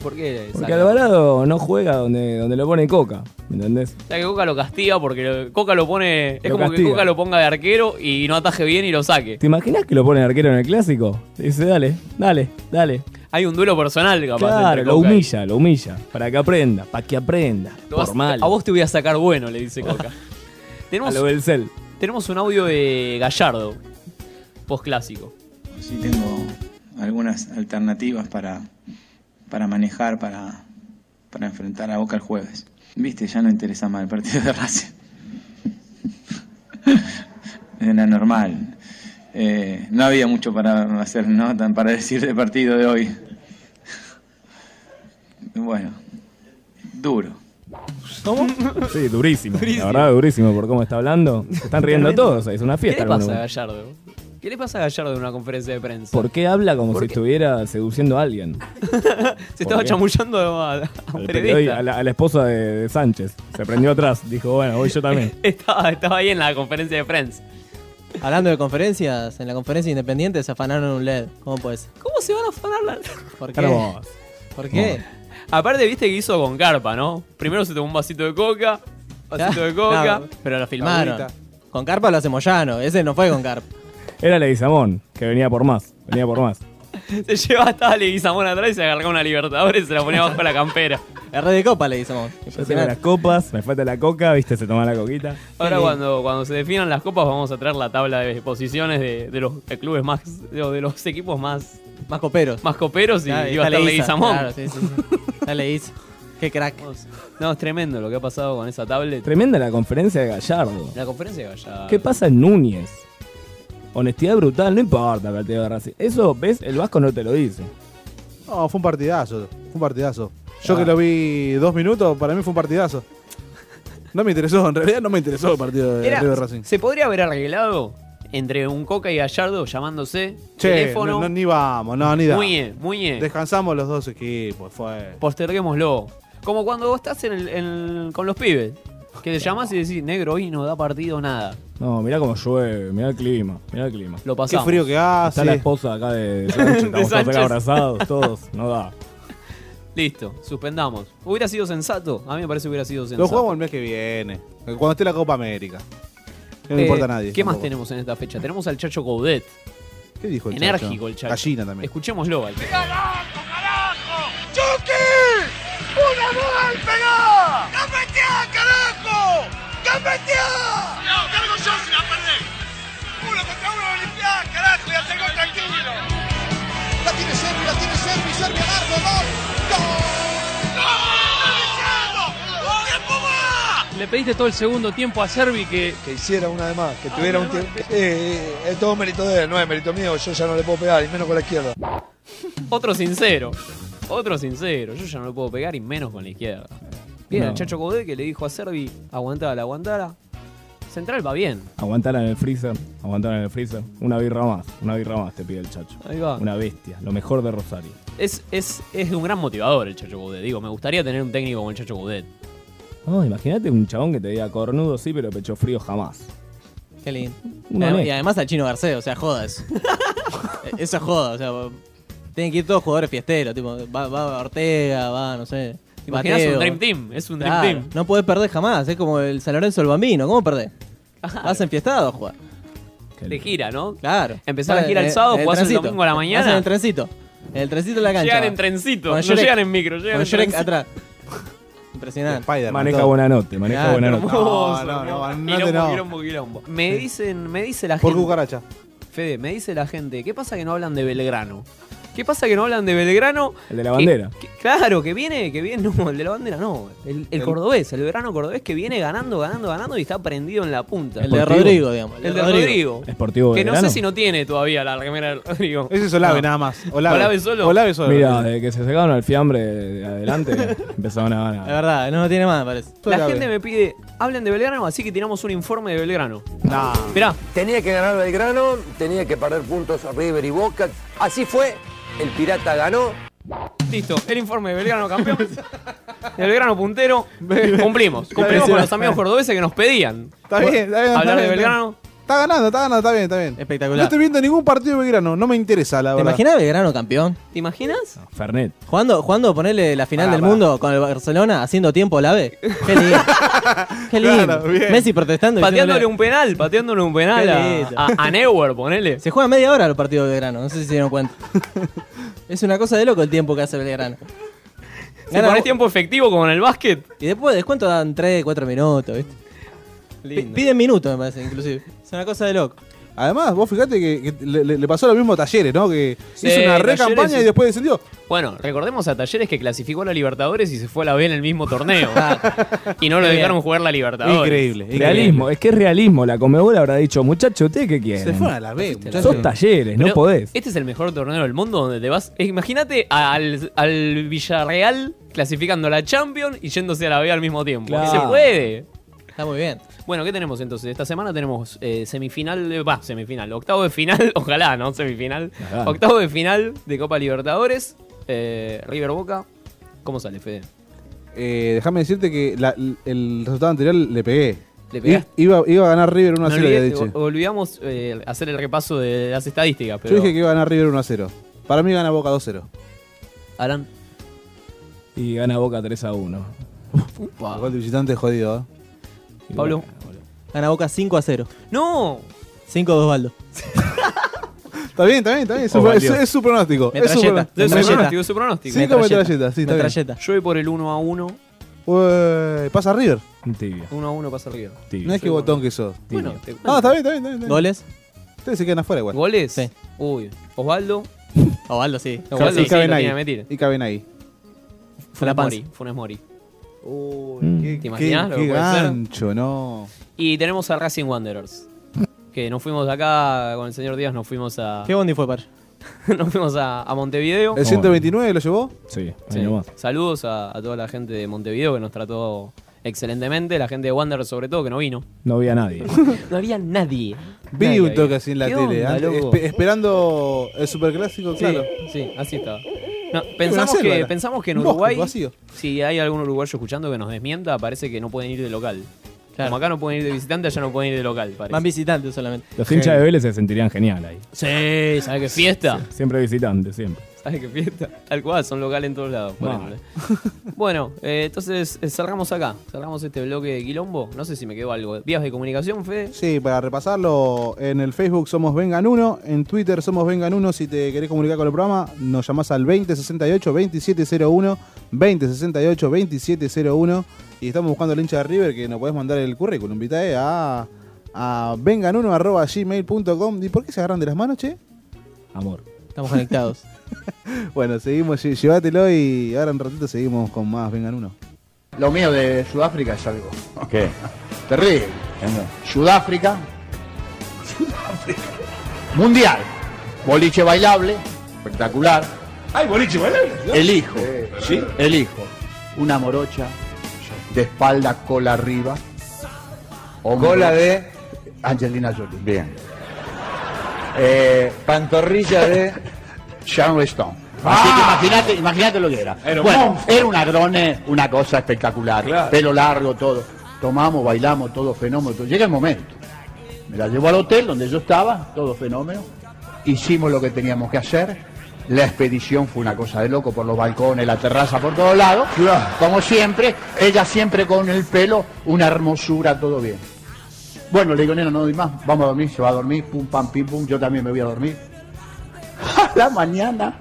Speaker 4: ¿Por qué?
Speaker 2: Porque
Speaker 4: saca?
Speaker 2: Alvarado no juega donde, donde lo pone Coca, ¿me entendés?
Speaker 4: O sea, que Coca lo castiga porque lo- Coca lo pone. Es
Speaker 2: Lo
Speaker 4: como
Speaker 2: castiga.
Speaker 4: que Coca lo ponga de arquero y no ataje bien y lo saque.
Speaker 2: ¿Te imaginas que lo pone arquero en el clásico? Dice, dale, dale, dale.
Speaker 4: Hay un duelo personal, capaz.
Speaker 2: Claro,
Speaker 4: entre
Speaker 2: lo
Speaker 4: Coca y-
Speaker 2: humilla, lo humilla. Para que aprenda, para que aprenda.
Speaker 4: Lo vas-
Speaker 2: Por mal.
Speaker 4: A vos te voy a sacar bueno, le dice Coca.
Speaker 2: A
Speaker 4: tenemos,
Speaker 2: lo del cel.
Speaker 4: tenemos un audio de Gallardo, post clásico.
Speaker 18: Sí tengo algunas alternativas para, para manejar, para, para enfrentar a Boca el jueves. Viste, ya no interesa más el partido de Racing. Era normal. Eh, no había mucho para hacer nota, para decir del partido de hoy. Bueno, duro.
Speaker 2: ¿Cómo? Sí, durísimo. La verdad, durísimo por cómo está hablando. Se están riendo
Speaker 4: Tremendo.
Speaker 2: todos, es una
Speaker 4: ¿Qué
Speaker 2: fiesta.
Speaker 4: le pasa a
Speaker 2: hermano.
Speaker 4: Gallardo? ¿Qué le pasa a Gallardo en una conferencia de prensa?
Speaker 2: ¿Por qué habla como
Speaker 4: ¿Por
Speaker 2: si
Speaker 4: qué?
Speaker 2: estuviera seduciendo a alguien?
Speaker 4: Se estaba
Speaker 2: qué?
Speaker 4: chamullando a, a un
Speaker 2: Al periodi-
Speaker 4: periodista.
Speaker 2: a, la, a la esposa de, de Sánchez. Se prendió atrás. Dijo, bueno, voy yo también.
Speaker 4: Estaba, estaba ahí en la conferencia de prensa.
Speaker 10: Hablando de conferencias, en la conferencia independiente se afanaron un LED. ¿Cómo puede ser?
Speaker 4: ¿Cómo se van a afanar la.?
Speaker 10: ¿Por qué?
Speaker 4: Hermoso.
Speaker 10: ¿Por qué?
Speaker 4: Aparte, viste que hizo con carpa, ¿no? Primero se tomó un vasito de coca, vasito de coca.
Speaker 10: No, pero lo filmaron. Con Carpa lo hace Moyano, ese no fue con Carpa.
Speaker 2: Era Leguizamón, que venía por más. Venía por más.
Speaker 4: Se llevaba hasta Leguizamón atrás y se agarraba una Libertadores y se la ponía bajo la campera.
Speaker 10: La red de copa le Leguizamón.
Speaker 2: Yo tengo las copas, me falta la coca, viste, se toma la coquita.
Speaker 4: Ahora, cuando, cuando se definan las copas, vamos a traer la tabla de posiciones de, de los de clubes más. de, de los equipos más.
Speaker 10: Más coperos.
Speaker 4: Más coperos y
Speaker 10: Ah,
Speaker 4: iba a
Speaker 10: está
Speaker 4: estar
Speaker 10: Leguiza,
Speaker 4: Leguizamón.
Speaker 10: Claro, sí, sí. Dale, Is. Qué crack.
Speaker 4: No, es tremendo lo que ha pasado con esa tablet.
Speaker 2: Tremenda la conferencia de Gallardo.
Speaker 4: La conferencia de Gallardo.
Speaker 2: ¿Qué pasa en Núñez? Honestidad brutal, no importa el partido de Racing. Eso, ves, el Vasco no te lo dice.
Speaker 9: No, fue un partidazo. Fue un partidazo. Yo
Speaker 4: Ah.
Speaker 9: que lo vi dos minutos, para mí fue un partidazo. No me interesó, en realidad no me interesó el partido de
Speaker 4: Era-
Speaker 9: River Racing.
Speaker 4: se podría haber arreglado entre un Coca y Gallardo llamándose,
Speaker 9: Che,
Speaker 4: teléfono.
Speaker 9: no, no, ni vamos, no, ni da.
Speaker 4: Muy bien, muy bien.
Speaker 9: Descansamos los dos equipos, fue.
Speaker 4: Posterguémoslo. Como cuando vos estás en el- en- con los pibes, que te llamás y decís, negro, hoy no da partido nada.
Speaker 2: No, mirá cómo llueve, mirá el clima, mirá el clima.
Speaker 4: Lo pasamos.
Speaker 9: Qué frío que hace.
Speaker 2: Está la esposa acá de, de Sánchez,
Speaker 4: De
Speaker 2: estamos todos
Speaker 4: Sánchez.
Speaker 2: acá abrazados, todos, no da.
Speaker 4: Listo, suspendamos. ¿Hubiera sido sensato? A mí me parece que hubiera sido sensato.
Speaker 9: Lo jugamos el mes que viene. Cuando esté la Copa América. No le
Speaker 4: Eh,
Speaker 9: importa a nadie.
Speaker 4: ¿Qué más
Speaker 9: tampoco.
Speaker 4: tenemos en esta fecha? Tenemos al Chacho Coudet.
Speaker 9: ¿Qué dijo el
Speaker 4: Enérgico
Speaker 9: Chacho?
Speaker 4: el Chacho.
Speaker 9: Gallina también.
Speaker 4: Escuchémoslo al Chacho.
Speaker 11: ¡Chucky! ¡Una bola al pegar! ¡Gambetea, carajo! ¡Gambetea! No, cargo yo si la perdés. Uno contra uno, limpiá, carajo, y hacé gol tranquilo. La tiene Servi, la tiene Servi, Servi al arco, gol. ¡Gol! ¡Gol! ¡Tiempo más!
Speaker 19: Le pediste todo el segundo tiempo a Servi que.
Speaker 20: Que hiciera una de más, que tuviera un tiempo. Eh, eh, es todo mérito de él, no es mérito mío, yo ya no le puedo pegar, y menos con la izquierda.
Speaker 4: Otro sincero. Otro sincero. Yo ya no lo puedo pegar y menos con la izquierda. Bien,
Speaker 2: No.
Speaker 4: el Chacho Coudet que le dijo a Servi, aguantala, aguantala. Central va bien.
Speaker 2: Aguantala en el freezer, aguantala en el freezer. Una birra más, una birra más te pide el chacho.
Speaker 4: Ahí va.
Speaker 2: Una bestia, lo mejor de Rosario.
Speaker 4: Es, es, es un gran motivador el Chacho Coudet. Digo, me gustaría tener un técnico como el Chacho Coudet.
Speaker 2: No, Ah, imagínate un chabón que te diga cornudo sí, pero pecho frío jamás.
Speaker 10: Qué lindo.
Speaker 2: Una
Speaker 10: Adem- y
Speaker 2: mezcla.
Speaker 10: además al chino Garcés, o sea, joda eso. Eh, eso es joda, o sea, po- tienen que ir todos jugadores fiesteros, tipo, va, va Ortega, va, no sé.
Speaker 4: ¿Te imaginas
Speaker 10: Mateo.
Speaker 4: un Dream Team? Es un Dream
Speaker 10: Claro,
Speaker 4: Team.
Speaker 10: No podés perder jamás, es como el San Lorenzo el Bambino, ¿cómo perdés? Vas enfiestado a jugar.
Speaker 4: De gira, ¿no?
Speaker 10: Claro.
Speaker 4: Empezás la gira el sábado, jugás el domingo a la mañana.
Speaker 10: Vas en el trencito. En el trencito de la cancha.
Speaker 4: Llegan
Speaker 10: vas.
Speaker 4: en trencito,
Speaker 10: Con
Speaker 4: no
Speaker 10: Shrek-
Speaker 4: llegan en micro, llegan
Speaker 10: Con
Speaker 4: en
Speaker 10: Shrek
Speaker 4: trencito.
Speaker 10: atrás. Impresionante.
Speaker 2: Maneja buena noche, maneja
Speaker 10: Claro,
Speaker 2: buena noche.
Speaker 4: Hermoso,
Speaker 9: Eh, no, no,
Speaker 4: hermoso.
Speaker 9: no,
Speaker 4: Quilombo,
Speaker 9: no.
Speaker 4: quilombo, quilombo. Me
Speaker 9: Sí.
Speaker 4: dicen, me dice la
Speaker 9: Por
Speaker 4: gente.
Speaker 9: cucaracha.
Speaker 4: Fede, me dice la gente, ¿qué pasa que no hablan de Belgrano? ¿Qué pasa que no hablan de Belgrano?
Speaker 2: El de la bandera.
Speaker 4: Que- claro, que viene, que viene, no, el de la bandera no. El, el
Speaker 2: El-
Speaker 4: cordobés, el verano cordobés que viene ganando, ganando, ganando y está prendido en la punta.
Speaker 10: El de Rodrigo, digamos.
Speaker 4: El de Rodrigo.
Speaker 2: Esportivo
Speaker 4: Que no
Speaker 2: Belgrano.
Speaker 4: sé si no tiene todavía la remera del Rodrigo.
Speaker 9: Ese es Olave nada más. Olave.
Speaker 4: Olave solo.
Speaker 9: Olave solo.
Speaker 2: Mira, desde que se sacaron al fiambre de adelante, empezaron a
Speaker 10: Es
Speaker 2: ganar.
Speaker 10: verdad, no, no tiene más, me parece.
Speaker 4: La gente me pide, hablen de Belgrano, así que tiramos un informe de Belgrano. Mirá.
Speaker 21: Tenía que ganar Belgrano, tenía que perder puntos a River y Boca. Así fue, el Pirata ganó.
Speaker 4: Listo, el informe de Belgrano campeón. Belgrano puntero. Cumplimos. Cumplimos con los amigos cordobeses que nos pedían.
Speaker 9: Está bien, está bien.
Speaker 4: Hablar
Speaker 9: está
Speaker 4: de
Speaker 9: bien,
Speaker 4: Belgrano.
Speaker 9: Está ganando, está ganando, está bien, está bien.
Speaker 10: Espectacular.
Speaker 9: No estoy viendo ningún partido de Belgrano, no me interesa, la
Speaker 10: ¿Te
Speaker 9: verdad.
Speaker 10: imaginas Belgrano campeón?
Speaker 4: ¿Te imaginas?
Speaker 2: Fernet.
Speaker 10: ¿Jugando, jugando ponerle la final
Speaker 9: Pará,
Speaker 10: del
Speaker 9: pará.
Speaker 10: mundo con el Barcelona haciendo tiempo la B? Qué lindo. Qué lindo.
Speaker 4: Claro, bien.
Speaker 10: Messi protestando. y
Speaker 4: Pateándole
Speaker 10: diciéndole-
Speaker 4: un penal, pateándole un penal
Speaker 10: Qué lindo.
Speaker 4: a, a, a Neuer, ponele.
Speaker 10: Se juega media hora los partidos de Belgrano, no sé si se dieron cuenta. es una cosa de loco el tiempo que hace Belgrano.
Speaker 4: Si ponés tiempo efectivo como en el básquet.
Speaker 10: Y después de descuento dan 3, 4 minutos, ¿viste? Pi- Piden minutos, me parece, inclusive. Es una cosa de loco.
Speaker 9: Además, vos fijate que, que le, le- le pasó lo mismo a Talleres, ¿no? Que
Speaker 4: Sí,
Speaker 9: hizo una re
Speaker 4: Talleres
Speaker 9: campaña
Speaker 4: hizo-
Speaker 9: y después descendió.
Speaker 4: Bueno, recordemos a Talleres que clasificó a la Libertadores y se fue a la B en el mismo torneo. y no lo dejaron jugar la Libertadores.
Speaker 2: Realismo, es que es realismo. La Comebol habrá dicho, muchacho, ¿usted qué quiere?
Speaker 9: la B,
Speaker 2: Sos talleres, no
Speaker 4: Pero
Speaker 2: podés.
Speaker 4: Este es el mejor torneo del mundo donde te vas. eh, Imagínate al, al Villarreal clasificando a la Champions y yéndose a la B al mismo tiempo.
Speaker 10: Claro.
Speaker 4: Se puede.
Speaker 10: Está muy bien.
Speaker 4: Bueno, ¿qué tenemos entonces? Esta semana tenemos eh, semifinal, de- va, semifinal, octavo de final, ojalá, ¿no? Semifinal.
Speaker 10: Ojalá.
Speaker 4: Octavo de final de Copa Libertadores, eh, River Boca. ¿Cómo sale, Fede?
Speaker 9: Eh, Déjame decirte que la- el resultado anterior le pegué.
Speaker 4: Le pegaste.
Speaker 9: I- Iba, iba a ganar River 1 a 0,
Speaker 4: No
Speaker 9: había
Speaker 4: olvidé-
Speaker 9: dicho.
Speaker 4: o- olvidamos eh, hacer el repaso de las estadísticas, pero
Speaker 9: Yo dije que iba a ganar River 1 a 0. Para mí gana Boca 2 a 0.
Speaker 4: Alan.
Speaker 2: Y gana Boca 3 a 1.
Speaker 9: Ah. El gol de visitante es jodido, ¿eh?
Speaker 4: Pablo.
Speaker 10: Gana Boca 5 a 0.
Speaker 4: ¡No!
Speaker 10: 5 a 2 Baldo.
Speaker 9: Está bien, está bien, está bien. Es, su,
Speaker 10: Oh,
Speaker 9: es-
Speaker 10: Dios.
Speaker 9: es su pronóstico. Es su
Speaker 10: Metralleta,
Speaker 9: pronóstico.
Speaker 4: Es su pronóstico, es su pronóstico.
Speaker 9: Sí, como metralleta, sí, está bien.
Speaker 10: Metralleta.
Speaker 4: Yo voy por el 1 a 1.
Speaker 9: Ué, pasa River.
Speaker 2: Tibio.
Speaker 4: 1 a 1 pasa arriba.
Speaker 9: No es que botón que sos.
Speaker 4: Bueno, te cuento.
Speaker 9: No, está bien, está bien, está bien.
Speaker 10: ¿Goles?
Speaker 9: Ustedes se quedan afuera igual.
Speaker 4: ¿Goles? Sí. Uy. Osvaldo.
Speaker 10: Osvaldo, sí.
Speaker 4: Osvaldo, sí,
Speaker 9: y
Speaker 4: lo
Speaker 9: caben
Speaker 4: tenía que
Speaker 9: ahí.
Speaker 4: meter.
Speaker 9: Y caben ahí.
Speaker 4: Funes
Speaker 10: panza.
Speaker 4: Mori. Funes Mori.
Speaker 9: Mm.
Speaker 4: ¿Te
Speaker 9: Qué,
Speaker 4: imaginas lo que
Speaker 9: qué
Speaker 4: puede ser?
Speaker 9: gancho, no.
Speaker 4: Y tenemos a Racing Wanderers. Que nos fuimos de acá con el señor Díaz, nos fuimos a.
Speaker 10: ¿Qué bondi fue para
Speaker 4: nos fuimos a, a Montevideo.
Speaker 9: ¿El 129 lo llevó?
Speaker 2: Sí,
Speaker 4: Sí. Saludos a, a toda la gente de Montevideo que nos trató excelentemente. La gente de Wanderers, sobre todo, que no vino.
Speaker 2: No había nadie.
Speaker 4: No había nadie.
Speaker 9: Vi
Speaker 4: Nadie
Speaker 9: un
Speaker 4: había.
Speaker 9: toque así en la
Speaker 4: ¿Qué
Speaker 9: tele,
Speaker 4: onda,
Speaker 9: antes,
Speaker 4: loco?
Speaker 9: espe- esperando el superclásico,
Speaker 4: Sí,
Speaker 9: claro.
Speaker 4: sí, así estaba. No,
Speaker 9: Una
Speaker 4: pensamos,
Speaker 9: selva
Speaker 4: que,
Speaker 9: era.
Speaker 4: pensamos que en
Speaker 9: Un bosque
Speaker 4: Uruguay,
Speaker 9: vacío.
Speaker 4: si hay algún uruguayo escuchando que nos desmienta, parece que no pueden ir de local. Como acá no pueden ir de visitante, allá no pueden ir de local. Parece.
Speaker 10: Van visitantes solamente.
Speaker 2: Los hinchas de Vélez se sentirían genial ahí.
Speaker 4: Sí, ¿sabes qué fiesta?
Speaker 2: Siempre visitantes, siempre.
Speaker 4: Ay, qué fiesta. Tal cual, son locales en todos lados. por
Speaker 2: Mal.
Speaker 4: ejemplo. bueno, eh, entonces eh, cerramos acá. Cerramos este bloque de Quilombo. No sé si me quedó algo. Vías de comunicación, Fede.
Speaker 9: Sí, para repasarlo, en el Facebook somos Vengan1, en Twitter somos Vengan1. Si te querés comunicar con el programa, nos llamás al 2068-2701, 2068-2701. Y estamos buscando el hincha de River que nos podés mandar el currículum. Invitae a, a vengan1.gmail.com. ¿Y por qué se agarran de las manos, che?
Speaker 2: Amor.
Speaker 10: Estamos conectados.
Speaker 9: bueno, seguimos, lle- llévatelo y ahora en ratito seguimos con más Vengan1.
Speaker 17: Lo mío de Sudáfrica es algo
Speaker 9: ¿Qué?
Speaker 17: terrible. Sudáfrica. Mundial. Boliche bailable. Espectacular.
Speaker 11: Ay, boliche, ¿vale?
Speaker 17: El hijo.
Speaker 11: Sí.
Speaker 17: El hijo. Una morocha de espalda, cola arriba.
Speaker 1: Cola de-
Speaker 17: Angelina Jolie.
Speaker 1: Bien. Eh, pantorrilla de
Speaker 17: Sean Stone. Así que Ah. imagínate, imagínate lo que era.
Speaker 1: Era un
Speaker 17: bueno,
Speaker 1: monstruo.
Speaker 17: era un agrone, una cosa espectacular.
Speaker 1: Claro.
Speaker 17: Pelo largo, todo. Tomamos, bailamos, todo fenómeno. todo. Llega el momento. Me la llevo al hotel donde yo estaba, todo fenómeno. Hicimos lo que teníamos que hacer. La expedición fue una cosa de loco por los balcones, la terraza, por todos lados. Como siempre, ella siempre con el pelo, una hermosura, todo bien. Bueno, le digo, nena, no doy más, vamos a dormir, se va a dormir, pum, pam, pim, pum, yo también me voy a dormir. A la mañana,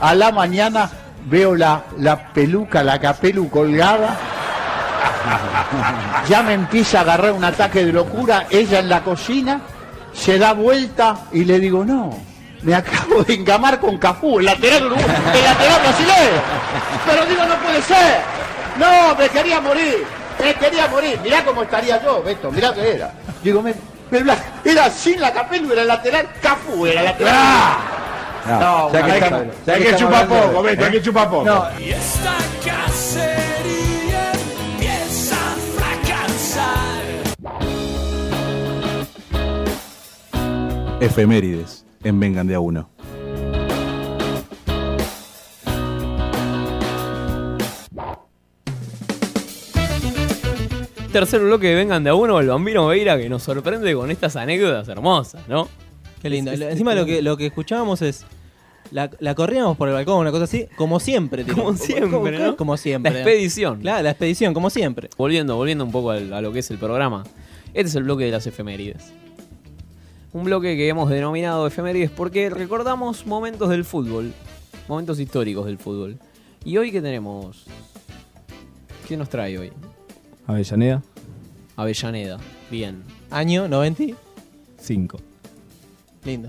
Speaker 17: a la mañana veo la, la peluca, la capelu colgada. Ya me empieza a agarrar un ataque de locura, ella en la cocina, se da vuelta y le digo, no, me acabo de encamar con Cafú, el lateral, uruguayo, el lateral brasileño. Pero digo, no puede ser. No, me quería morir, me quería morir. Mirá cómo estaría yo, Beto, mirá que era. Digo, me, me- la- era sin la capelu, era el lateral, Cafú era el lateral. No,
Speaker 1: ya que
Speaker 17: una
Speaker 1: estamos-
Speaker 17: vez-
Speaker 1: ya que estamos hablando de- ¿eh? No.
Speaker 11: Y esta cacería empieza a fracasar.
Speaker 9: Efemérides en Vengan de a uno.
Speaker 4: Tercer bloque de Vengan de a uno, el bambino Veira que nos sorprende con estas anécdotas hermosas, ¿no?
Speaker 10: Qué lindo. Lo- Encima lo que, lo que escuchábamos es. La, la corríamos por el balcón, una cosa así, como siempre. tipo.
Speaker 4: Como siempre,
Speaker 10: Como-
Speaker 4: ¿no?
Speaker 10: Como siempre.
Speaker 4: La expedición.
Speaker 10: Claro, la expedición, como siempre.
Speaker 4: Volviendo, volviendo un poco al- a lo que es el programa. Este es el bloque de las efemérides. Un bloque que hemos denominado efemérides porque recordamos momentos del fútbol, momentos históricos del fútbol. ¿Y hoy qué tenemos? ¿Qué nos trae hoy?
Speaker 2: Avellaneda,
Speaker 4: Avellaneda. Bien.
Speaker 10: Año 90.
Speaker 2: 5.
Speaker 10: Lindo.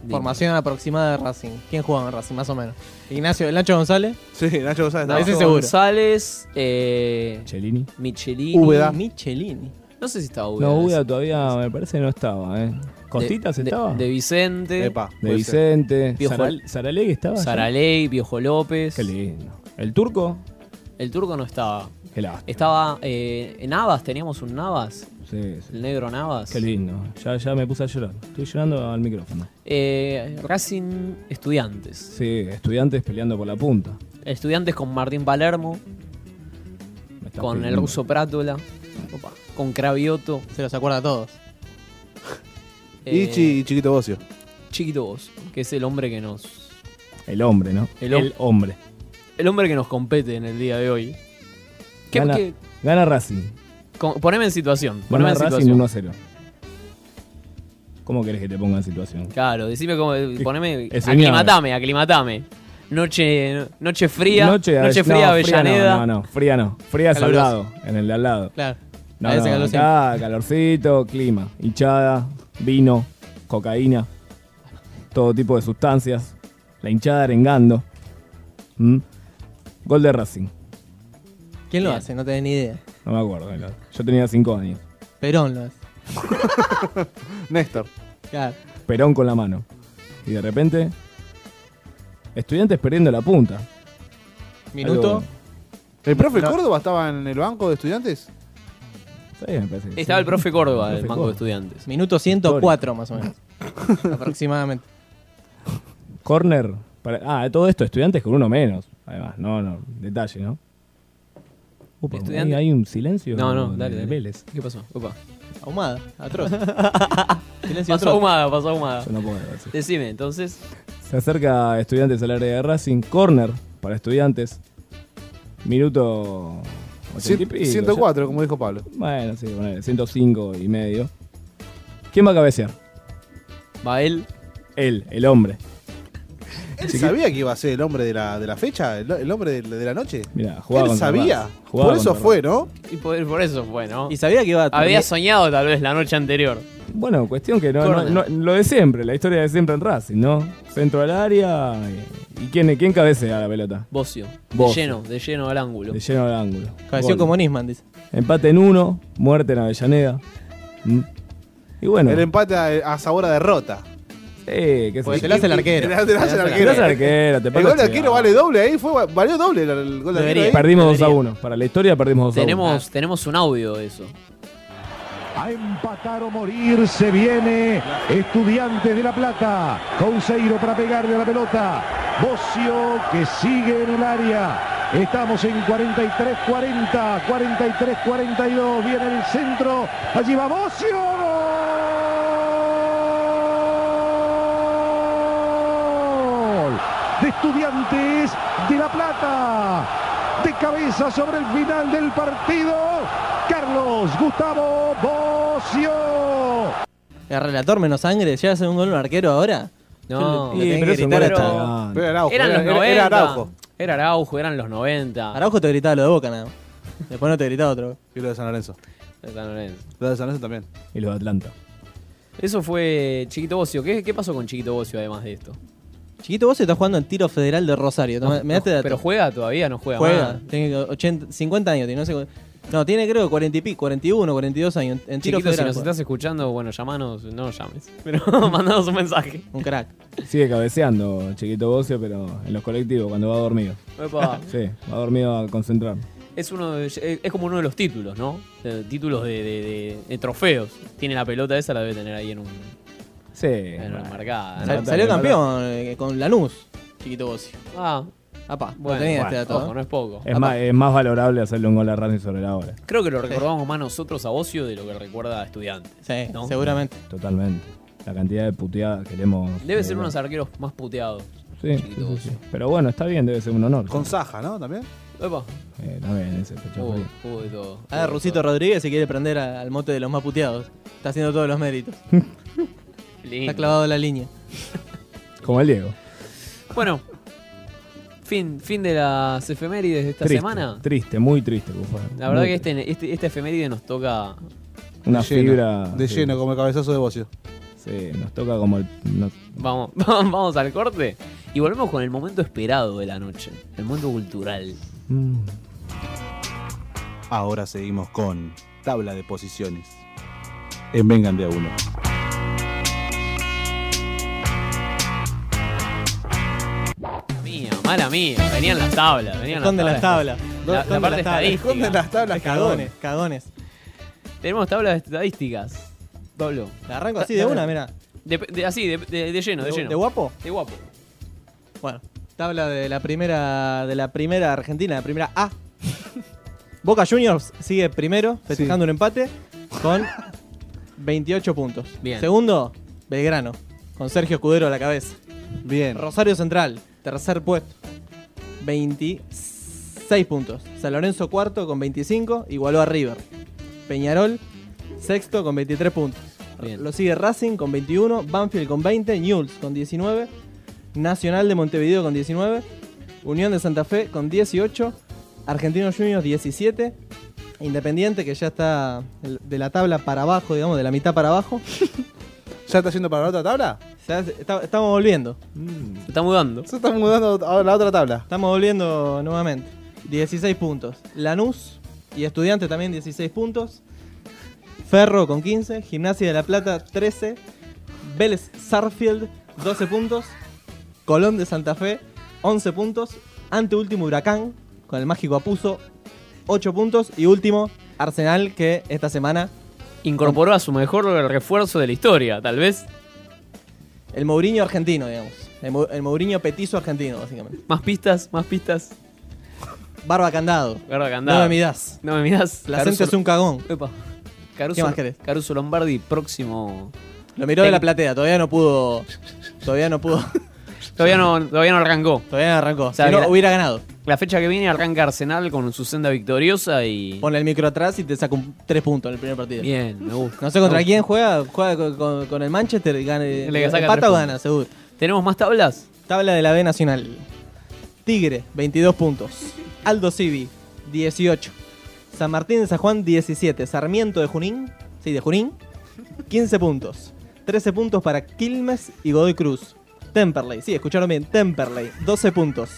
Speaker 4: Lindo.
Speaker 10: Formación aproximada de Racing. ¿Quién jugaba en Racing, más o menos? Ignacio, ¿el Nacho González?
Speaker 9: Sí, Nacho González.
Speaker 10: No, ese seguro.
Speaker 4: González, eh,
Speaker 2: Michelini.
Speaker 4: Michelini.
Speaker 2: Úbeda.
Speaker 10: Michelini.
Speaker 4: No sé si estaba Úbeda.
Speaker 2: No, Buda todavía me parece que no estaba, ¿eh? ¿Costitas
Speaker 4: De- de-
Speaker 2: estaba?
Speaker 4: De, Vicente.
Speaker 2: de Vicente.
Speaker 4: Piojo-
Speaker 2: Saral- ¿Saralegui estaba? ya?
Speaker 4: Saraley, Piojo López. Qué
Speaker 2: lindo. ¿El turco?
Speaker 4: El turco no estaba.
Speaker 2: Qué lástima.
Speaker 4: Estaba eh, en Navas, teníamos un Navas.
Speaker 2: Sí, sí.
Speaker 4: El negro Navas.
Speaker 2: Qué lindo. Ya, ya me puse a llorar. Estoy llorando al micrófono.
Speaker 4: Eh, Racing Estudiantes.
Speaker 2: Sí, estudiantes peleando por la punta.
Speaker 4: Estudiantes con Martín Palermo. Con el
Speaker 2: pidiendo.
Speaker 4: ruso Prátola. opa, Con Cravioto.
Speaker 10: Se los acuerda a todos.
Speaker 9: Y, chi- y Chiquito Bocio.
Speaker 4: Chiquito Vos, que es el hombre que nos.
Speaker 2: El hombre, ¿no?
Speaker 4: El hom-
Speaker 2: hombre.
Speaker 4: El hombre que nos compete en el día de hoy. ¿Qué,
Speaker 2: Gana,
Speaker 4: qué-
Speaker 2: gana Racing.
Speaker 4: con- poneme en situación. Poneme
Speaker 2: Gana
Speaker 4: en
Speaker 2: Racing
Speaker 4: situación.
Speaker 2: 1 a 0. ¿Cómo querés que te ponga en situación?
Speaker 4: Claro, decime cómo. Poneme.
Speaker 2: enseñame.
Speaker 4: Aclimatame, aclimatame. Noche, noche fría. Noche,
Speaker 2: Noche, no,
Speaker 4: fría
Speaker 2: no,
Speaker 4: Avellaneda.
Speaker 2: no, no, fría no. Fría es al
Speaker 4: Caluroso.
Speaker 2: lado, en el de al lado.
Speaker 10: Claro.
Speaker 2: No,
Speaker 10: Ahí
Speaker 2: no,
Speaker 10: hace calor
Speaker 2: acá, Ah, calorcito, clima, hinchada, vino, cocaína, todo tipo de sustancias. La hinchada arengando. ¿Mm? Gol de Racing.
Speaker 10: ¿Quién lo hace? No tenés ni idea.
Speaker 2: No me acuerdo. el otro. Yo tenía 5 años.
Speaker 10: Perón lo hace.
Speaker 9: Néstor.
Speaker 10: Claro.
Speaker 2: Perón con la mano. Y de repente, estudiantes perdiendo la punta.
Speaker 10: Minuto.
Speaker 2: Algo-
Speaker 9: ¿El profe
Speaker 2: No.
Speaker 9: Córdoba estaba en el banco de estudiantes?
Speaker 2: Sí, me parece que
Speaker 4: Estaba
Speaker 2: sí.
Speaker 4: el profe Córdoba,
Speaker 2: El
Speaker 4: el
Speaker 2: profe
Speaker 4: banco de
Speaker 2: Córdoba.
Speaker 4: estudiantes.
Speaker 10: Minuto 104 más o menos. Aproximadamente.
Speaker 2: Corner. para- ah, todo esto, estudiantes con uno menos. Además, no, no, detalle, ¿no? Upa,
Speaker 4: Estudiante-
Speaker 2: ¿hay, hay un silencio?
Speaker 4: No, no,
Speaker 2: de-
Speaker 4: dale,
Speaker 2: de
Speaker 4: dale.
Speaker 2: Vélez.
Speaker 4: ¿Qué pasó? Opa.
Speaker 10: Ahumada, atroz.
Speaker 4: Pasó
Speaker 10: Silencio atroz.
Speaker 4: ahumada, pasó ahumada.
Speaker 2: Yo no puedo, sí.
Speaker 4: Decime, entonces.
Speaker 2: Se acerca a Estudiantes al área de Racing. Corner para Estudiantes. Minuto. ochenta y pico, ya.
Speaker 9: 104, como dijo Pablo.
Speaker 2: Bueno, sí, ponele, 105 y medio. ¿Quién va a cabecear?
Speaker 4: Va él.
Speaker 2: Él, el hombre.
Speaker 9: ¿Él sabía que iba a ser el hombre de la, de la fecha? ¿El, el hombre de, la- de la noche?
Speaker 2: Mirá, jugaba
Speaker 9: Él
Speaker 2: contra
Speaker 9: sabía.
Speaker 2: Racing. Jugaba
Speaker 9: Por eso
Speaker 2: contra
Speaker 9: fue, ¿no?
Speaker 4: Y por, por eso fue, ¿no?
Speaker 10: Y sabía que iba a
Speaker 4: Había
Speaker 10: terminar-
Speaker 4: soñado tal vez la noche anterior.
Speaker 2: Bueno, cuestión que no,
Speaker 4: Corner.
Speaker 2: no- no- lo de siempre, la historia de siempre en Racing, ¿no? Centro al área. ¿Y, y quién, quién cabecea la pelota?
Speaker 4: Bocio. De
Speaker 2: Bocio.
Speaker 4: lleno, de lleno al ángulo.
Speaker 2: De lleno al ángulo.
Speaker 4: Cabeció como
Speaker 10: Nisman, dice.
Speaker 2: Empate en uno, muerte en Avellaneda. Mm. Y bueno.
Speaker 9: El em- empate a, a sabor a derrota.
Speaker 2: Sí, qué
Speaker 10: Porque te lo hace el arquero.
Speaker 9: Te lo hace el arquero.
Speaker 2: Te lo hace el arquero, te
Speaker 9: el
Speaker 2: pasa
Speaker 9: gol de
Speaker 2: el
Speaker 9: arquero vale ¿eh? doble ahí. Fue, valió doble el, el gol de arquero. ahí.
Speaker 2: Perdimos 2 a 1. Para la historia perdimos 2 a 1.
Speaker 4: Tenemos, tenemos un audio de eso.
Speaker 6: A empatar o morir se viene Estudiantes de La Plata. Conceiro para pegarle a la pelota. Bocio que sigue en el área. Estamos en 43-40, 43-42. Viene el centro. Allí va Bocio. gol de Estudiantes de La Plata. De cabeza sobre el final del partido, Carlos Gustavo Bocio.
Speaker 10: El relator menos sangre, ¿llega a hacer un gol a un arquero ahora?
Speaker 4: No,
Speaker 10: Yo le- le tenés que gritar hasta-
Speaker 2: Ah,
Speaker 4: eran los 90.
Speaker 10: era
Speaker 4: Era
Speaker 10: Araujo.
Speaker 4: Araujo. Era Araujo, eran los 90.
Speaker 10: Araujo te gritaba lo de boca nada más. Después no te gritaba otro.
Speaker 9: Y lo de San Lorenzo.
Speaker 4: De San Lorenzo.
Speaker 9: Lo de San Lorenzo también.
Speaker 2: Y los de Atlanta.
Speaker 4: Eso fue Chiquito Bocio. ¿Qué, qué pasó con Chiquito Bocio además de esto?
Speaker 10: Chiquito Bocio está jugando en tiro federal de Rosario.
Speaker 4: No,
Speaker 10: me daste
Speaker 4: no,
Speaker 10: dato.
Speaker 4: pero juega todavía, no juega.
Speaker 10: Juega,
Speaker 4: más.
Speaker 10: tiene 80, 50 años, tiene, no sé cu- No, tiene creo 40 y pico, 41, 42 años. En tiro
Speaker 4: Chiquito, si
Speaker 10: federal.
Speaker 4: nos
Speaker 10: juega.
Speaker 4: estás escuchando, bueno, llamanos, no nos llames. Pero mandanos un mensaje.
Speaker 10: Un crack.
Speaker 4: Ah,
Speaker 2: Sigue cabeceando, chiquito Bocio, pero en los colectivos, cuando va dormido.
Speaker 4: Epa.
Speaker 2: Sí, va dormido a concentrar.
Speaker 4: Es, uno de- eh, es como uno de los títulos, ¿no? De- títulos de, de- de- de trofeos. Tiene la pelota esa, la debe tener ahí en un.
Speaker 2: Sí.
Speaker 4: En una marcada.
Speaker 10: Sal-
Speaker 4: ¿no?
Speaker 10: salió campeón eh, con Lanús, Chiquito Bocio.
Speaker 4: Ah.
Speaker 10: Apa,
Speaker 4: Bueno,
Speaker 10: no tenía
Speaker 4: bueno,
Speaker 10: este dato.
Speaker 4: ojo,
Speaker 10: ¿eh?
Speaker 4: no es poco.
Speaker 2: Es más, es más valorable hacerle un gol a Racing sobre la hora.
Speaker 4: Creo que lo recordamos más nosotros a Ocio de lo que recuerda a Estudiantes.
Speaker 10: Sí,
Speaker 4: ¿no?
Speaker 2: Totalmente. La cantidad de puteadas que le hemos.
Speaker 4: Debe
Speaker 2: eh,
Speaker 4: ser uno de los arqueros más puteados.
Speaker 2: Sí, sí, sí, sí. Pero bueno, está bien, debe ser un honor.
Speaker 9: Con Saja, ¿no? También.
Speaker 4: Epa.
Speaker 2: Eh, también, ese pecho
Speaker 4: Hubo-
Speaker 2: frío.
Speaker 4: hubo de todo.
Speaker 10: Ah, Rusito Rodríguez se quiere prender a- al mote de los más puteados. Está haciendo todos los méritos.
Speaker 4: Lindo.
Speaker 10: Está clavado en la línea.
Speaker 2: Como el Diego.
Speaker 4: Bueno, fin, fin de las efemérides de esta
Speaker 2: triste,
Speaker 4: semana.
Speaker 2: Triste, muy triste. que fue.
Speaker 4: La verdad
Speaker 2: Muy
Speaker 4: que este, este- esta efeméride nos toca.
Speaker 2: Una
Speaker 9: De lleno,
Speaker 2: fibra.
Speaker 9: De
Speaker 2: sí.
Speaker 9: lleno, como el cabezazo de Bocio.
Speaker 2: Sí, nos toca como el. no-
Speaker 4: Vamos, vamos al corte y volvemos con el momento esperado de la noche, el momento cultural.
Speaker 2: mm,
Speaker 9: Ahora seguimos con tabla de posiciones. En Vengan de a uno.
Speaker 4: Mía, mala mía, venían las tablas, venían
Speaker 10: Esconde las
Speaker 4: las tablas.
Speaker 10: tablas.
Speaker 4: eh. La- La,
Speaker 10: Esconde
Speaker 4: parte
Speaker 10: las tablas.
Speaker 4: estadística.
Speaker 10: Esconde las
Speaker 9: tablas,
Speaker 10: Cagones, cagones.
Speaker 4: Tenemos tablas de estadísticas. Pablo.
Speaker 10: La arranco así de una, mira.
Speaker 4: De- de- así, de, de- de lleno, de,
Speaker 10: ¿De-
Speaker 4: lleno.
Speaker 10: de guapo?
Speaker 4: De guapo.
Speaker 10: Bueno, tabla de la primera de la primera Argentina, de la primera A. Boca Juniors sigue primero, festejando un empate con 28 puntos.
Speaker 4: Bien.
Speaker 10: Segundo, Belgrano, con Sergio Escudero a la cabeza.
Speaker 9: Bien.
Speaker 10: Rosario Central, tercer puesto, 26 puntos. San Lorenzo cuarto con 25, igualó a River. Peñarol sexto con 23 puntos.
Speaker 4: Bien.
Speaker 10: Lo sigue Racing con 21, Banfield con 20, Newell's con 19, Nacional de Montevideo con 19, Unión de Santa Fe con 18, Argentinos Juniors 17, Independiente que ya está el- de la tabla para abajo, digamos, de la mitad para abajo.
Speaker 9: ¿Ya está yendo para la otra tabla?
Speaker 10: Ya se- está- estamos volviendo.
Speaker 4: Se está mudando.
Speaker 9: Se está mudando a la otra tabla.
Speaker 10: Estamos volviendo nuevamente. 16 puntos. Lanús y Estudiante también 16 puntos. Ferro con 15. Gimnasia de la Plata 13. Vélez Sarfield 12 puntos. Colón de Santa Fe 11 puntos. Anteúltimo Huracán con el mágico Apuso 8 puntos. Y último Arsenal que esta semana
Speaker 4: Incorporó a su mejor refuerzo de la historia, tal vez.
Speaker 10: el Mourinho argentino, digamos. El, Mou- el Mourinho petizo argentino, básicamente.
Speaker 4: Más pistas, más pistas.
Speaker 10: Barba candado.
Speaker 4: Garba Candado.
Speaker 10: No me midas.
Speaker 4: No me mirás.
Speaker 10: La gente
Speaker 4: Caruso-
Speaker 10: es un cagón.
Speaker 4: Epa. Caruso,
Speaker 10: ¿Qué más querés?
Speaker 4: Caruso Lombardi, próximo.
Speaker 10: Lo miró de
Speaker 4: Ten-
Speaker 10: la platea, todavía no pudo. Todavía no pudo.
Speaker 4: Todavía no, todavía no arrancó.
Speaker 10: Todavía no arrancó. Si no, hubiera ganado.
Speaker 4: La fecha que viene arranca Arsenal con su senda victoriosa y.
Speaker 10: Ponle el micro atrás y te saca un- tres puntos en el primer partido.
Speaker 4: Bien, me gusta.
Speaker 10: No sé contra
Speaker 4: Me gusta.
Speaker 10: quién juega, juega con, con- con el Manchester, gana,
Speaker 4: Le saca tres
Speaker 10: empata o
Speaker 4: puntos.
Speaker 10: gana, seguro.
Speaker 4: ¿Tenemos más tablas?
Speaker 10: Tabla de la B Nacional. Tigre, 22 puntos. Aldo Civi, 18. San Martín de San Juan, 17. Sarmiento de Junín, sí, de Junín, 15 puntos. 13 puntos para Quilmes y Godoy Cruz. Temperley, sí, escucharon bien, Temperley, 12 puntos.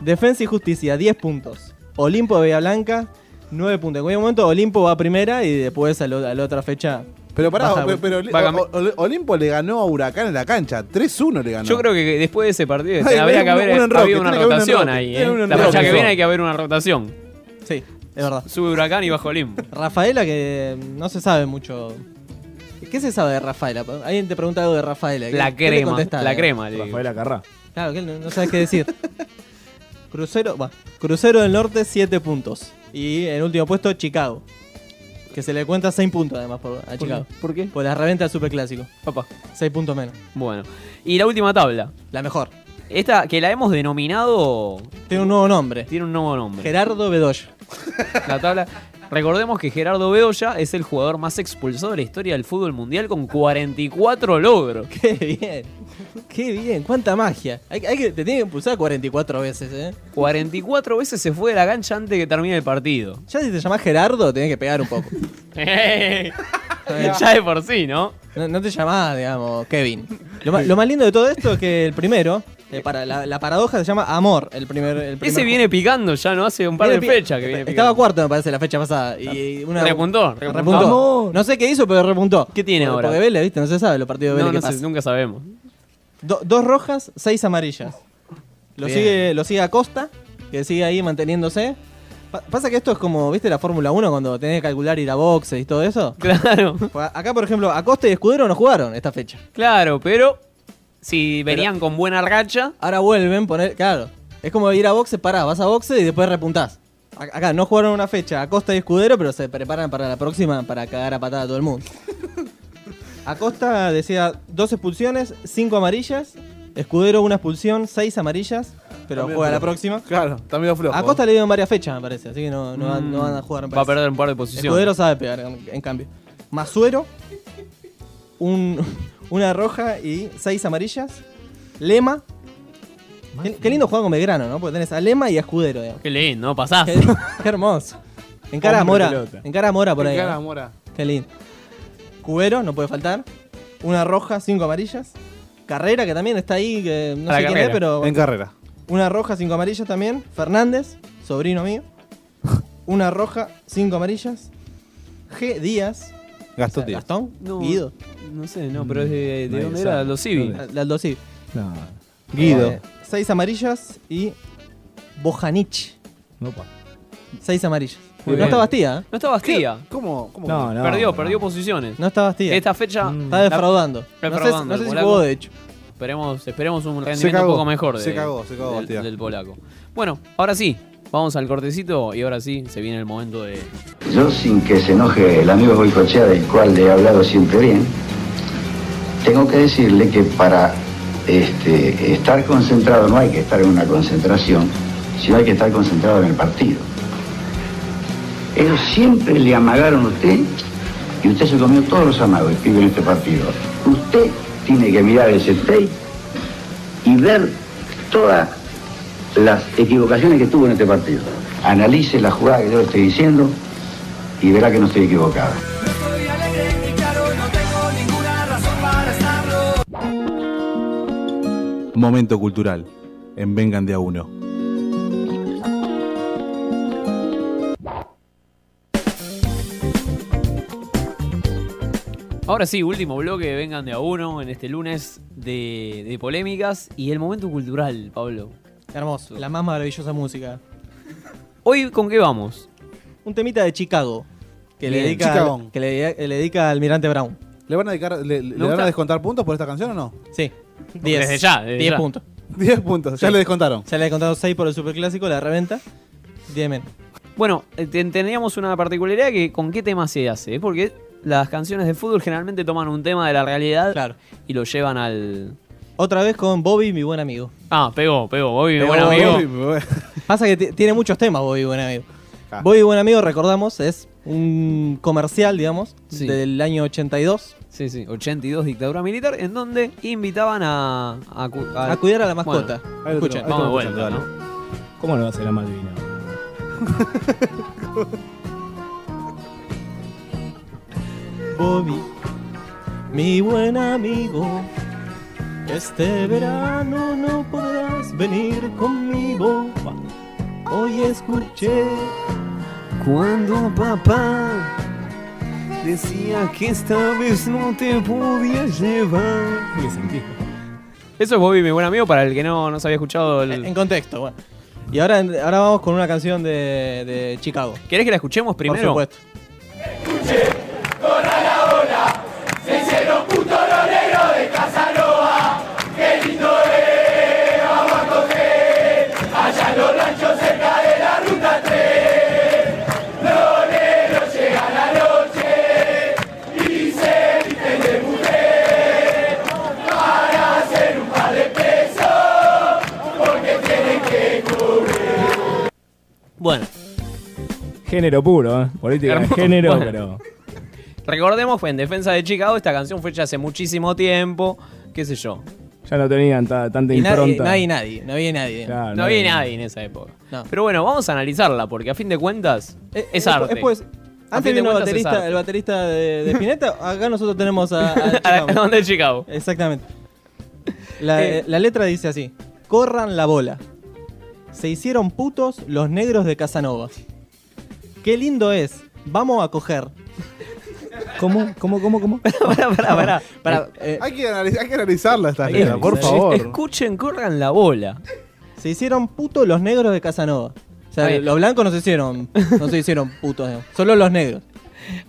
Speaker 10: Defensa y Justicia, 10 puntos. Olimpo de Bahía Blanca, 9 puntos. En cualquier momento Olimpo va a primera y después a, lo- a la otra fecha...
Speaker 9: Pero pará,
Speaker 10: baja.
Speaker 9: pero, pero Oli- o- o- Olimpo le ganó a Huracán en la cancha. 3-1 le ganó.
Speaker 4: Yo creo que después de ese partido este,
Speaker 9: Ay,
Speaker 4: habría que
Speaker 9: un-
Speaker 4: haber
Speaker 9: un enroque,
Speaker 4: habido una
Speaker 9: tiene que haber un
Speaker 4: rotación
Speaker 9: enroque,
Speaker 4: ahí.
Speaker 9: tiene
Speaker 4: ¿eh?
Speaker 9: un
Speaker 4: La
Speaker 9: enroque.
Speaker 4: fecha que viene hay que haber una rotación.
Speaker 10: Sí, es verdad.
Speaker 4: Sube Huracán y bajo Olimpo.
Speaker 10: Rafaela que no se sabe mucho. ¿Qué se sabe de Rafaela? Alguien te pregunta algo de Rafaela. ¿Qué-
Speaker 4: La
Speaker 10: qué le
Speaker 4: crema,
Speaker 10: contestás?
Speaker 4: la crema.
Speaker 2: Rafaela Carrá.
Speaker 10: Claro, que él no, no sabes qué decir. Crucero, va. Crucero del Norte, 7 puntos. Y en último puesto, Chicago. Que se le cuenta 6 puntos además por, a Chicago.
Speaker 4: ¿Por qué?
Speaker 10: Por la reventa del superclásico.
Speaker 4: Papá.
Speaker 10: 6 puntos menos.
Speaker 4: Bueno. Y la última tabla.
Speaker 10: La mejor.
Speaker 4: Esta que la hemos denominado.
Speaker 10: Tiene un nuevo nombre.
Speaker 4: Tiene un nuevo nombre.
Speaker 10: Gerardo Bedoya.
Speaker 4: La tabla. Recordemos que Gerardo Bedoya es el jugador más expulsado de la historia del fútbol mundial con 44 logros.
Speaker 10: Qué bien. Qué bien. Cuánta magia. Hay, hay que, te tiene que impulsar 44 veces, ¿eh?
Speaker 4: 44 veces se fue de la cancha antes de que termine el partido.
Speaker 10: Ya si te llamás Gerardo, tenés que pegar un poco.
Speaker 4: Eh, ya de por sí, ¿no?
Speaker 10: No, no te llamás, digamos, Kevin. Lo, ma- lo más lindo de todo esto es que el primero, eh, para la, la paradoja se llama Amor, el primer... El primer
Speaker 4: Ese viene picando ya, ¿no? Hace un par de
Speaker 10: Viene pi-
Speaker 4: fechas que viene
Speaker 10: Estaba
Speaker 4: picando.
Speaker 10: cuarto, me parece, la fecha pasada. Y y una,
Speaker 4: Repuntó, repuntó.
Speaker 10: repuntó. No sé qué hizo, pero repuntó. ¿Qué
Speaker 4: tiene ahora?
Speaker 10: Porque Vélez, viste, no se sabe los partidos de
Speaker 4: No,
Speaker 10: Vélez
Speaker 4: no
Speaker 10: que
Speaker 4: sé,
Speaker 10: pasa.
Speaker 4: nunca sabemos.
Speaker 10: Do- dos rojas, seis amarillas. Lo
Speaker 4: Bien.
Speaker 10: sigue, lo sigue Acosta, que sigue ahí manteniéndose. Pa- pasa que esto es como, ¿viste la Fórmula 1 cuando tenés que calcular ir a boxes y todo eso?
Speaker 4: Claro.
Speaker 10: Acá, por ejemplo, Acosta y Escudero no jugaron esta fecha.
Speaker 4: Claro, pero si venían con buena racha,
Speaker 10: Ahora vuelven, poner. Claro. Es como ir a boxe, pará, vas a boxe y después repuntás. A- Acá no jugaron una fecha Acosta y Escudero, pero se preparan para la próxima para cagar a patada a todo el mundo. Acosta decía dos expulsiones, cinco amarillas. Escudero una expulsión, seis amarillas, pero
Speaker 9: También
Speaker 10: juega la
Speaker 9: flojo.
Speaker 10: próxima.
Speaker 9: Claro, está medio flojo. Mm.
Speaker 10: Acosta le dieron varias fechas, me parece, así que no, no van, no van a jugar. me
Speaker 4: va a
Speaker 10: parece.
Speaker 4: perder un par de posiciones.
Speaker 10: Escudero sabe pegar, en, en cambio. Masuero, un- una roja y seis amarillas. Lema. Qué, qué lindo jugar con Belgrano, ¿no? Porque tenés a Lema y a Escudero, digamos.
Speaker 4: Qué lindo, ¿no? Pasás.
Speaker 10: Qué, qué hermoso. Encara a
Speaker 4: Hombre
Speaker 10: Mora.
Speaker 4: pelota.
Speaker 10: Encara a Mora por ahí.
Speaker 9: Encara
Speaker 10: ¿no?
Speaker 9: a Mora.
Speaker 10: Qué lindo. Cubero, no puede faltar. Una roja, cinco amarillas. Carrera, que también está ahí, que no
Speaker 9: A la
Speaker 10: sé quién es,
Speaker 9: carrera.
Speaker 10: pero.
Speaker 9: En carrera.
Speaker 10: Una roja, cinco amarillas también. Fernández, sobrino mío. Una roja, cinco amarillas. G. Díaz.
Speaker 9: Gastón
Speaker 10: o sea,
Speaker 9: Díaz.
Speaker 10: Gastón.
Speaker 4: No,
Speaker 10: Guido.
Speaker 4: No sé, no, pero es de,
Speaker 10: Nadie
Speaker 4: de dónde
Speaker 10: sabe.
Speaker 4: era, los Civi.
Speaker 10: Al- Aldo Civi.
Speaker 2: No.
Speaker 9: Guido.
Speaker 10: Eh, seis amarillas y. Bojanich. Seis amarillas.
Speaker 4: Muy
Speaker 10: no
Speaker 4: bien.
Speaker 10: está Bastida, ¿eh?
Speaker 4: No está Bastía.
Speaker 9: ¿Cómo?
Speaker 10: No, no,
Speaker 4: perdió,
Speaker 10: no.
Speaker 4: perdió posiciones.
Speaker 10: No está Bastida.
Speaker 4: Esta fecha
Speaker 10: Está defraudando.
Speaker 4: Está
Speaker 10: No sé-
Speaker 4: defraudando
Speaker 10: no sé
Speaker 4: el
Speaker 10: si
Speaker 4: polaco.
Speaker 10: jugó, de hecho.
Speaker 4: Esperemos, esperemos un rendimiento
Speaker 9: cagó,
Speaker 4: un poco mejor
Speaker 9: se
Speaker 4: de-
Speaker 9: cagó, se cagó
Speaker 4: del,
Speaker 9: Bastía.
Speaker 4: del polaco. Bueno, ahora sí, vamos al cortecito y ahora sí se viene el momento de.
Speaker 3: Yo sin que se enoje el amigo Goicochea, del cual le he hablado siempre bien, tengo que decirle que para este, estar concentrado no hay que estar en una concentración, sino hay que estar concentrado en el partido. Ellos siempre le amagaron a usted y usted se comió todos los amagos que hubo en este partido. Usted tiene que mirar ese tape y ver todas las equivocaciones que tuvo en este partido. Analice la jugada que yo le estoy diciendo y verá que no estoy equivocado.
Speaker 9: Momento cultural. En Vengan de a uno.
Speaker 4: Ahora sí, último bloque de Vengan de a uno en este lunes de, de polémicas y el momento cultural, Pablo.
Speaker 10: Hermoso. La más maravillosa música.
Speaker 4: Hoy, ¿con qué vamos?
Speaker 10: Un temita de Chicago. Que, le
Speaker 9: Bien,
Speaker 10: dedica,
Speaker 9: Chicago.
Speaker 10: que le, que le dedica a Almirante Brown.
Speaker 9: ¿Le van a, dedicar, le, le van
Speaker 10: gusta.
Speaker 9: a descontar puntos por esta canción o no?
Speaker 10: Sí.
Speaker 9: Diez.
Speaker 10: Diez.
Speaker 9: Desde ya, desde
Speaker 10: Diez
Speaker 9: ya.
Speaker 10: puntos.
Speaker 9: 10 puntos, ya
Speaker 10: Sí.
Speaker 9: le descontaron.
Speaker 10: Se le descontaron 6 por el superclásico, la reventa. 10 menos.
Speaker 4: Bueno, eh, ten- teníamos una particularidad que con qué tema se hace, ¿eh? porque las canciones de fútbol generalmente toman un tema de la realidad y lo llevan al.
Speaker 10: Otra vez con Bobby, mi buen amigo.
Speaker 4: Ah, pegó, pegó, Bobby, mi
Speaker 10: Pegó
Speaker 4: buen
Speaker 10: Bobby,
Speaker 4: amigo.
Speaker 10: mi Pasa que ti- tiene muchos temas Bobby Buen Amigo. Bobby Buen Amigo, recordamos, es un comercial, digamos,
Speaker 4: Sí.
Speaker 10: del año 82.
Speaker 4: Sí, sí, 82 dictadura militar, en donde invitaban a. A, cu-
Speaker 10: A cuidar a la mascota.
Speaker 4: Ah. Bueno,
Speaker 10: Ahí lo
Speaker 4: escuchen,
Speaker 10: tengo, ahí
Speaker 4: vamos de
Speaker 10: lo tengo
Speaker 4: vuelta,
Speaker 10: escuchando,
Speaker 4: ¿no?
Speaker 2: ¿Cómo lo va a hacer a Malvina?
Speaker 10: Bobby, mi buen amigo, este verano no podrás venir conmigo. Hoy escuché
Speaker 4: Cuando papá decía que esta vez no te podía llevar. Eso es Bobby, mi buen amigo, para el que no, no se había escuchado el.
Speaker 10: En contexto, bueno. Y ahora, ahora vamos con una canción de, de Chicago.
Speaker 4: ¿Querés que la escuchemos primero?
Speaker 10: Por supuesto.
Speaker 11: Se hicieron putos los negros de Casanova. Qué lindo es, vamos a coger. Allá en los ranchos cerca de la ruta 3. Los negros llegan la noche y se visten de mujer. Para hacer un par de pesos, porque tienen que cubrir.
Speaker 4: Bueno,
Speaker 2: Género puro, ¿eh? Política de
Speaker 4: Hermoso.
Speaker 2: género,
Speaker 4: Bueno.
Speaker 2: pero.
Speaker 4: recordemos, fue en defensa de Chicago. Esta canción fue hecha hace muchísimo tiempo. ¿Qué sé yo?
Speaker 2: Ya no tenían ta- tanta
Speaker 10: Y nadie,
Speaker 2: impronta.
Speaker 10: nadie, nadie, Ah, no había nadie.
Speaker 2: Claro,
Speaker 4: No había nadie en esa época. Pero bueno, vamos a analizarla, porque a fin de cuentas es
Speaker 10: Eh,
Speaker 4: arte.
Speaker 10: después,
Speaker 4: A
Speaker 10: antes
Speaker 4: fin de
Speaker 10: vino el
Speaker 4: cuentas, es
Speaker 10: baterista,
Speaker 4: arte.
Speaker 10: el baterista de, de Spinetta, acá nosotros tenemos a,
Speaker 4: A la onda de Chicago.
Speaker 10: Exactamente. La,
Speaker 4: Eh.
Speaker 10: la letra dice así: Corran la bola. Se hicieron putos los negros de Casanova. Qué lindo es. Vamos a coger.
Speaker 2: ¿Cómo? ¿Cómo? ¿Cómo? ¿Cómo?
Speaker 4: pará, pará, pará. pará.
Speaker 9: hay, que analiz- hay que analizarla esta
Speaker 10: Hay que
Speaker 9: letra, por
Speaker 10: analizarla.
Speaker 9: favor.
Speaker 4: Escuchen, corran la bola.
Speaker 10: Se hicieron putos los negros de Casanova. O sea,
Speaker 4: Está bien.
Speaker 10: los blancos no se hicieron, no se hicieron putos, digamos. solo los negros.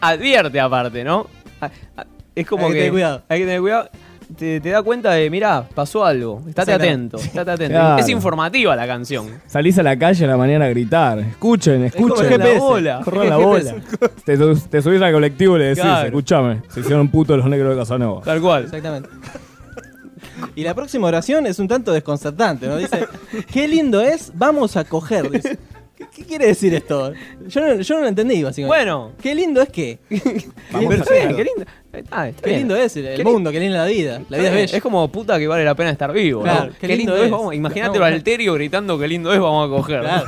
Speaker 4: Advierte aparte, ¿no? A- a- Es como
Speaker 10: Hay que
Speaker 4: que.
Speaker 10: tener cuidado.
Speaker 4: Hay que tener cuidado. Te, te da cuenta de, mirá, pasó algo. Estate
Speaker 2: Exactamente.
Speaker 4: atento, estate atento.
Speaker 2: Claro.
Speaker 4: Es informativa la canción.
Speaker 2: Salís a la calle a la mañana a gritar. Escuchen, escuchen.
Speaker 4: corran la GPS. bola.
Speaker 2: Corran la
Speaker 4: GPS.
Speaker 2: bola. Te, su- te subís al colectivo y le decís,
Speaker 10: Claro.
Speaker 2: escuchame, se hicieron putos los negros de Casanova.
Speaker 4: Tal cual.
Speaker 10: Exactamente. Y la próxima oración es un tanto desconcertante, ¿no? Dice, qué lindo es, vamos a coger. dice. ¿Qué, qué quiere decir esto? Yo no, yo no lo entendí, básicamente.
Speaker 4: Bueno.
Speaker 10: Qué lindo es que.
Speaker 4: Pero
Speaker 10: Vamos a
Speaker 4: está bien,
Speaker 10: coger.
Speaker 4: qué lindo. Ah, está
Speaker 10: Qué
Speaker 4: bien.
Speaker 10: lindo es el, el
Speaker 4: Qué
Speaker 10: mundo, qué linda la vida. La vida es bella.
Speaker 4: Es como puta que vale la pena estar vivo.
Speaker 10: Claro,
Speaker 4: ¿no? Qué, lindo, es. vamos- Imagínate lo
Speaker 10: Vamos a-
Speaker 4: alterio gritando qué lindo es, vamos a coger.
Speaker 10: Claro.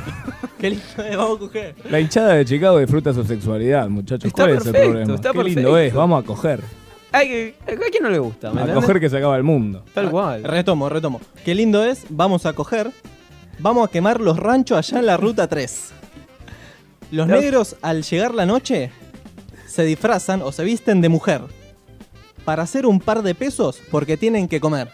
Speaker 10: Qué lindo es, vamos a coger.
Speaker 2: La hinchada de Chicago disfruta su sexualidad, muchachos.
Speaker 4: Está
Speaker 2: ¿Cuál es
Speaker 4: perfecto,
Speaker 2: el problema?
Speaker 4: está
Speaker 2: Qué lindo
Speaker 4: perfecto.
Speaker 2: es, vamos a coger.
Speaker 4: Hay que, ¿A quién no le gusta? ¿me
Speaker 2: A
Speaker 4: entendés?
Speaker 2: coger que se acaba el mundo.
Speaker 4: Tal cual.
Speaker 10: Retomo, retomo. Qué lindo es, vamos a coger. Vamos a quemar los ranchos allá en la ruta 3. Los
Speaker 4: Los-
Speaker 10: negros al llegar la noche se disfrazan o se visten de mujer. Para hacer un par de pesos porque tienen que comer.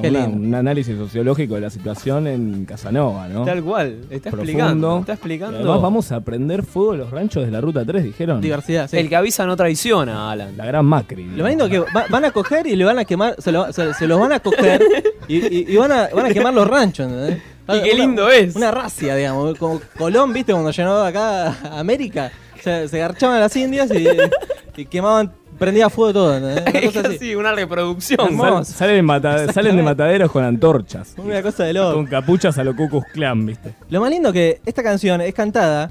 Speaker 10: Qué
Speaker 2: Una-
Speaker 10: lindo.
Speaker 2: un análisis sociológico de la situación en Casanova, ¿no?
Speaker 4: Tal cual. Está
Speaker 2: Profundo.
Speaker 4: explicando. Está
Speaker 2: Y
Speaker 4: explicando.
Speaker 2: Además, vamos a prender fuego a los ranchos de la ruta 3, dijeron.
Speaker 10: Diversidad, sí.
Speaker 4: El que avisa no traiciona, Alan.
Speaker 2: La gran Macri.
Speaker 10: Lo más lindo es que va- van a coger y le van a quemar, se, lo- se- se los van a coger y, y- y van, a, van a quemar los ranchos, ¿entendés?
Speaker 4: Y qué
Speaker 10: Una-
Speaker 4: lindo es.
Speaker 10: Una racia, digamos, como Colón, viste, cuando llenó acá a América, se, se garchaban a las indias y, y quemaban, prendía fuego todo, ¿entendés? Una cosa así.
Speaker 4: Sí, una reproducción.
Speaker 2: Sal- salen, de mata- salen de mataderos con antorchas.
Speaker 10: Una cosa de loco.
Speaker 2: Con capuchas a lo Cucus Clan, ¿viste?
Speaker 10: Lo más lindo que esta canción es cantada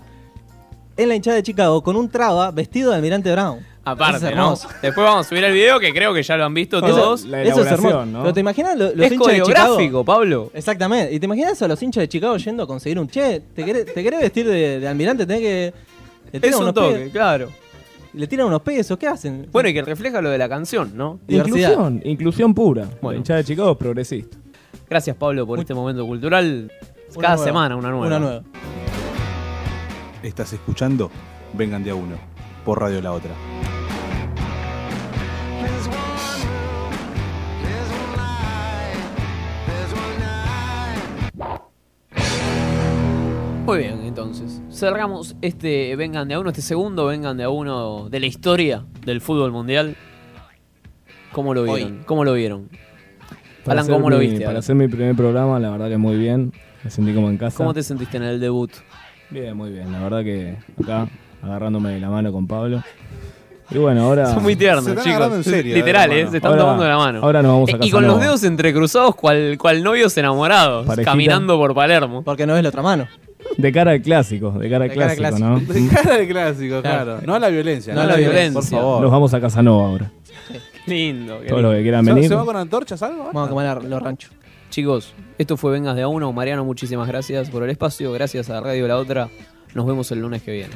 Speaker 10: en la hinchada de Chicago con un traba vestido de almirante Brown. Eso es
Speaker 4: Aparte, ¿no?
Speaker 10: hermoso.
Speaker 4: Después vamos a subir el video que creo que ya lo han visto todos.
Speaker 10: Eso es hermoso. ¿Pero te imaginas lo- los,
Speaker 4: es
Speaker 10: hinchas de Chicago?
Speaker 4: coreográfico, Pablo.
Speaker 10: Exactamente. ¿Y te imaginas a los hinchas de Chicago yendo a conseguir un che? ¿Te querés, te querés vestir de, de almirante? Tenés que. le tiran
Speaker 4: Es un
Speaker 10: unos
Speaker 4: toque,
Speaker 10: pe-
Speaker 4: claro.
Speaker 10: Le tiran unos pesos, ¿qué hacen?
Speaker 4: Bueno, y que refleja lo de la canción, ¿no?
Speaker 2: Inclusión, inclusión pura. La hinchada de Chicago es progresista.
Speaker 4: Gracias, Pablo, por este momento cultural.
Speaker 10: Una
Speaker 4: Cada
Speaker 10: nueva.
Speaker 4: semana una nueva.
Speaker 10: Una nueva.
Speaker 9: Estás escuchando Vengan de a uno por Radio La Otra.
Speaker 4: Muy bien, entonces. Cerramos este Vengan de a uno, este segundo Vengan de a uno de la historia del fútbol mundial. ¿Cómo lo vieron? ¿Cómo lo vieron?
Speaker 2: Para
Speaker 4: Alan,
Speaker 2: hacer
Speaker 4: ¿cómo lo
Speaker 2: mi-
Speaker 4: viste?
Speaker 2: Para
Speaker 4: Alan?
Speaker 2: hacer mi primer programa, la verdad que muy bien. Me sentí como en casa.
Speaker 4: ¿Cómo te sentiste en el debut?
Speaker 2: Bien, muy bien. La verdad que acá, agarrándome de la mano con Pablo, Y bueno, ahora.
Speaker 4: Son muy tiernos, chicos. Literal, eh, se están
Speaker 2: Ahora-
Speaker 4: tomando la mano. Eh,
Speaker 2: Ahora nos vamos a
Speaker 4: Y con
Speaker 2: Casanova.
Speaker 4: los dedos entrecruzados, cual, cual novios enamorados,
Speaker 2: Parejita.
Speaker 4: caminando por Palermo.
Speaker 10: Porque no es la otra mano.
Speaker 2: De cara al clásico, de cara al
Speaker 10: De cara al
Speaker 2: clásico, ¿no?
Speaker 10: clásico.
Speaker 9: De cara de clásico,
Speaker 10: Claro.
Speaker 9: claro. No a la violencia.
Speaker 10: No a la
Speaker 9: Por
Speaker 10: violencia.
Speaker 9: favor.
Speaker 2: Nos vamos a Casanova ahora.
Speaker 4: Lindo.
Speaker 2: Todos los que quieran
Speaker 9: ¿Se-
Speaker 2: venir.
Speaker 9: ¿Se va con antorchas algo?
Speaker 10: Vamos a comer los ranchos.
Speaker 4: Chicos, esto fue Vengas de a uno. Mariano, muchísimas gracias por el espacio. Gracias a Radio La Otra. Nos vemos el lunes que viene.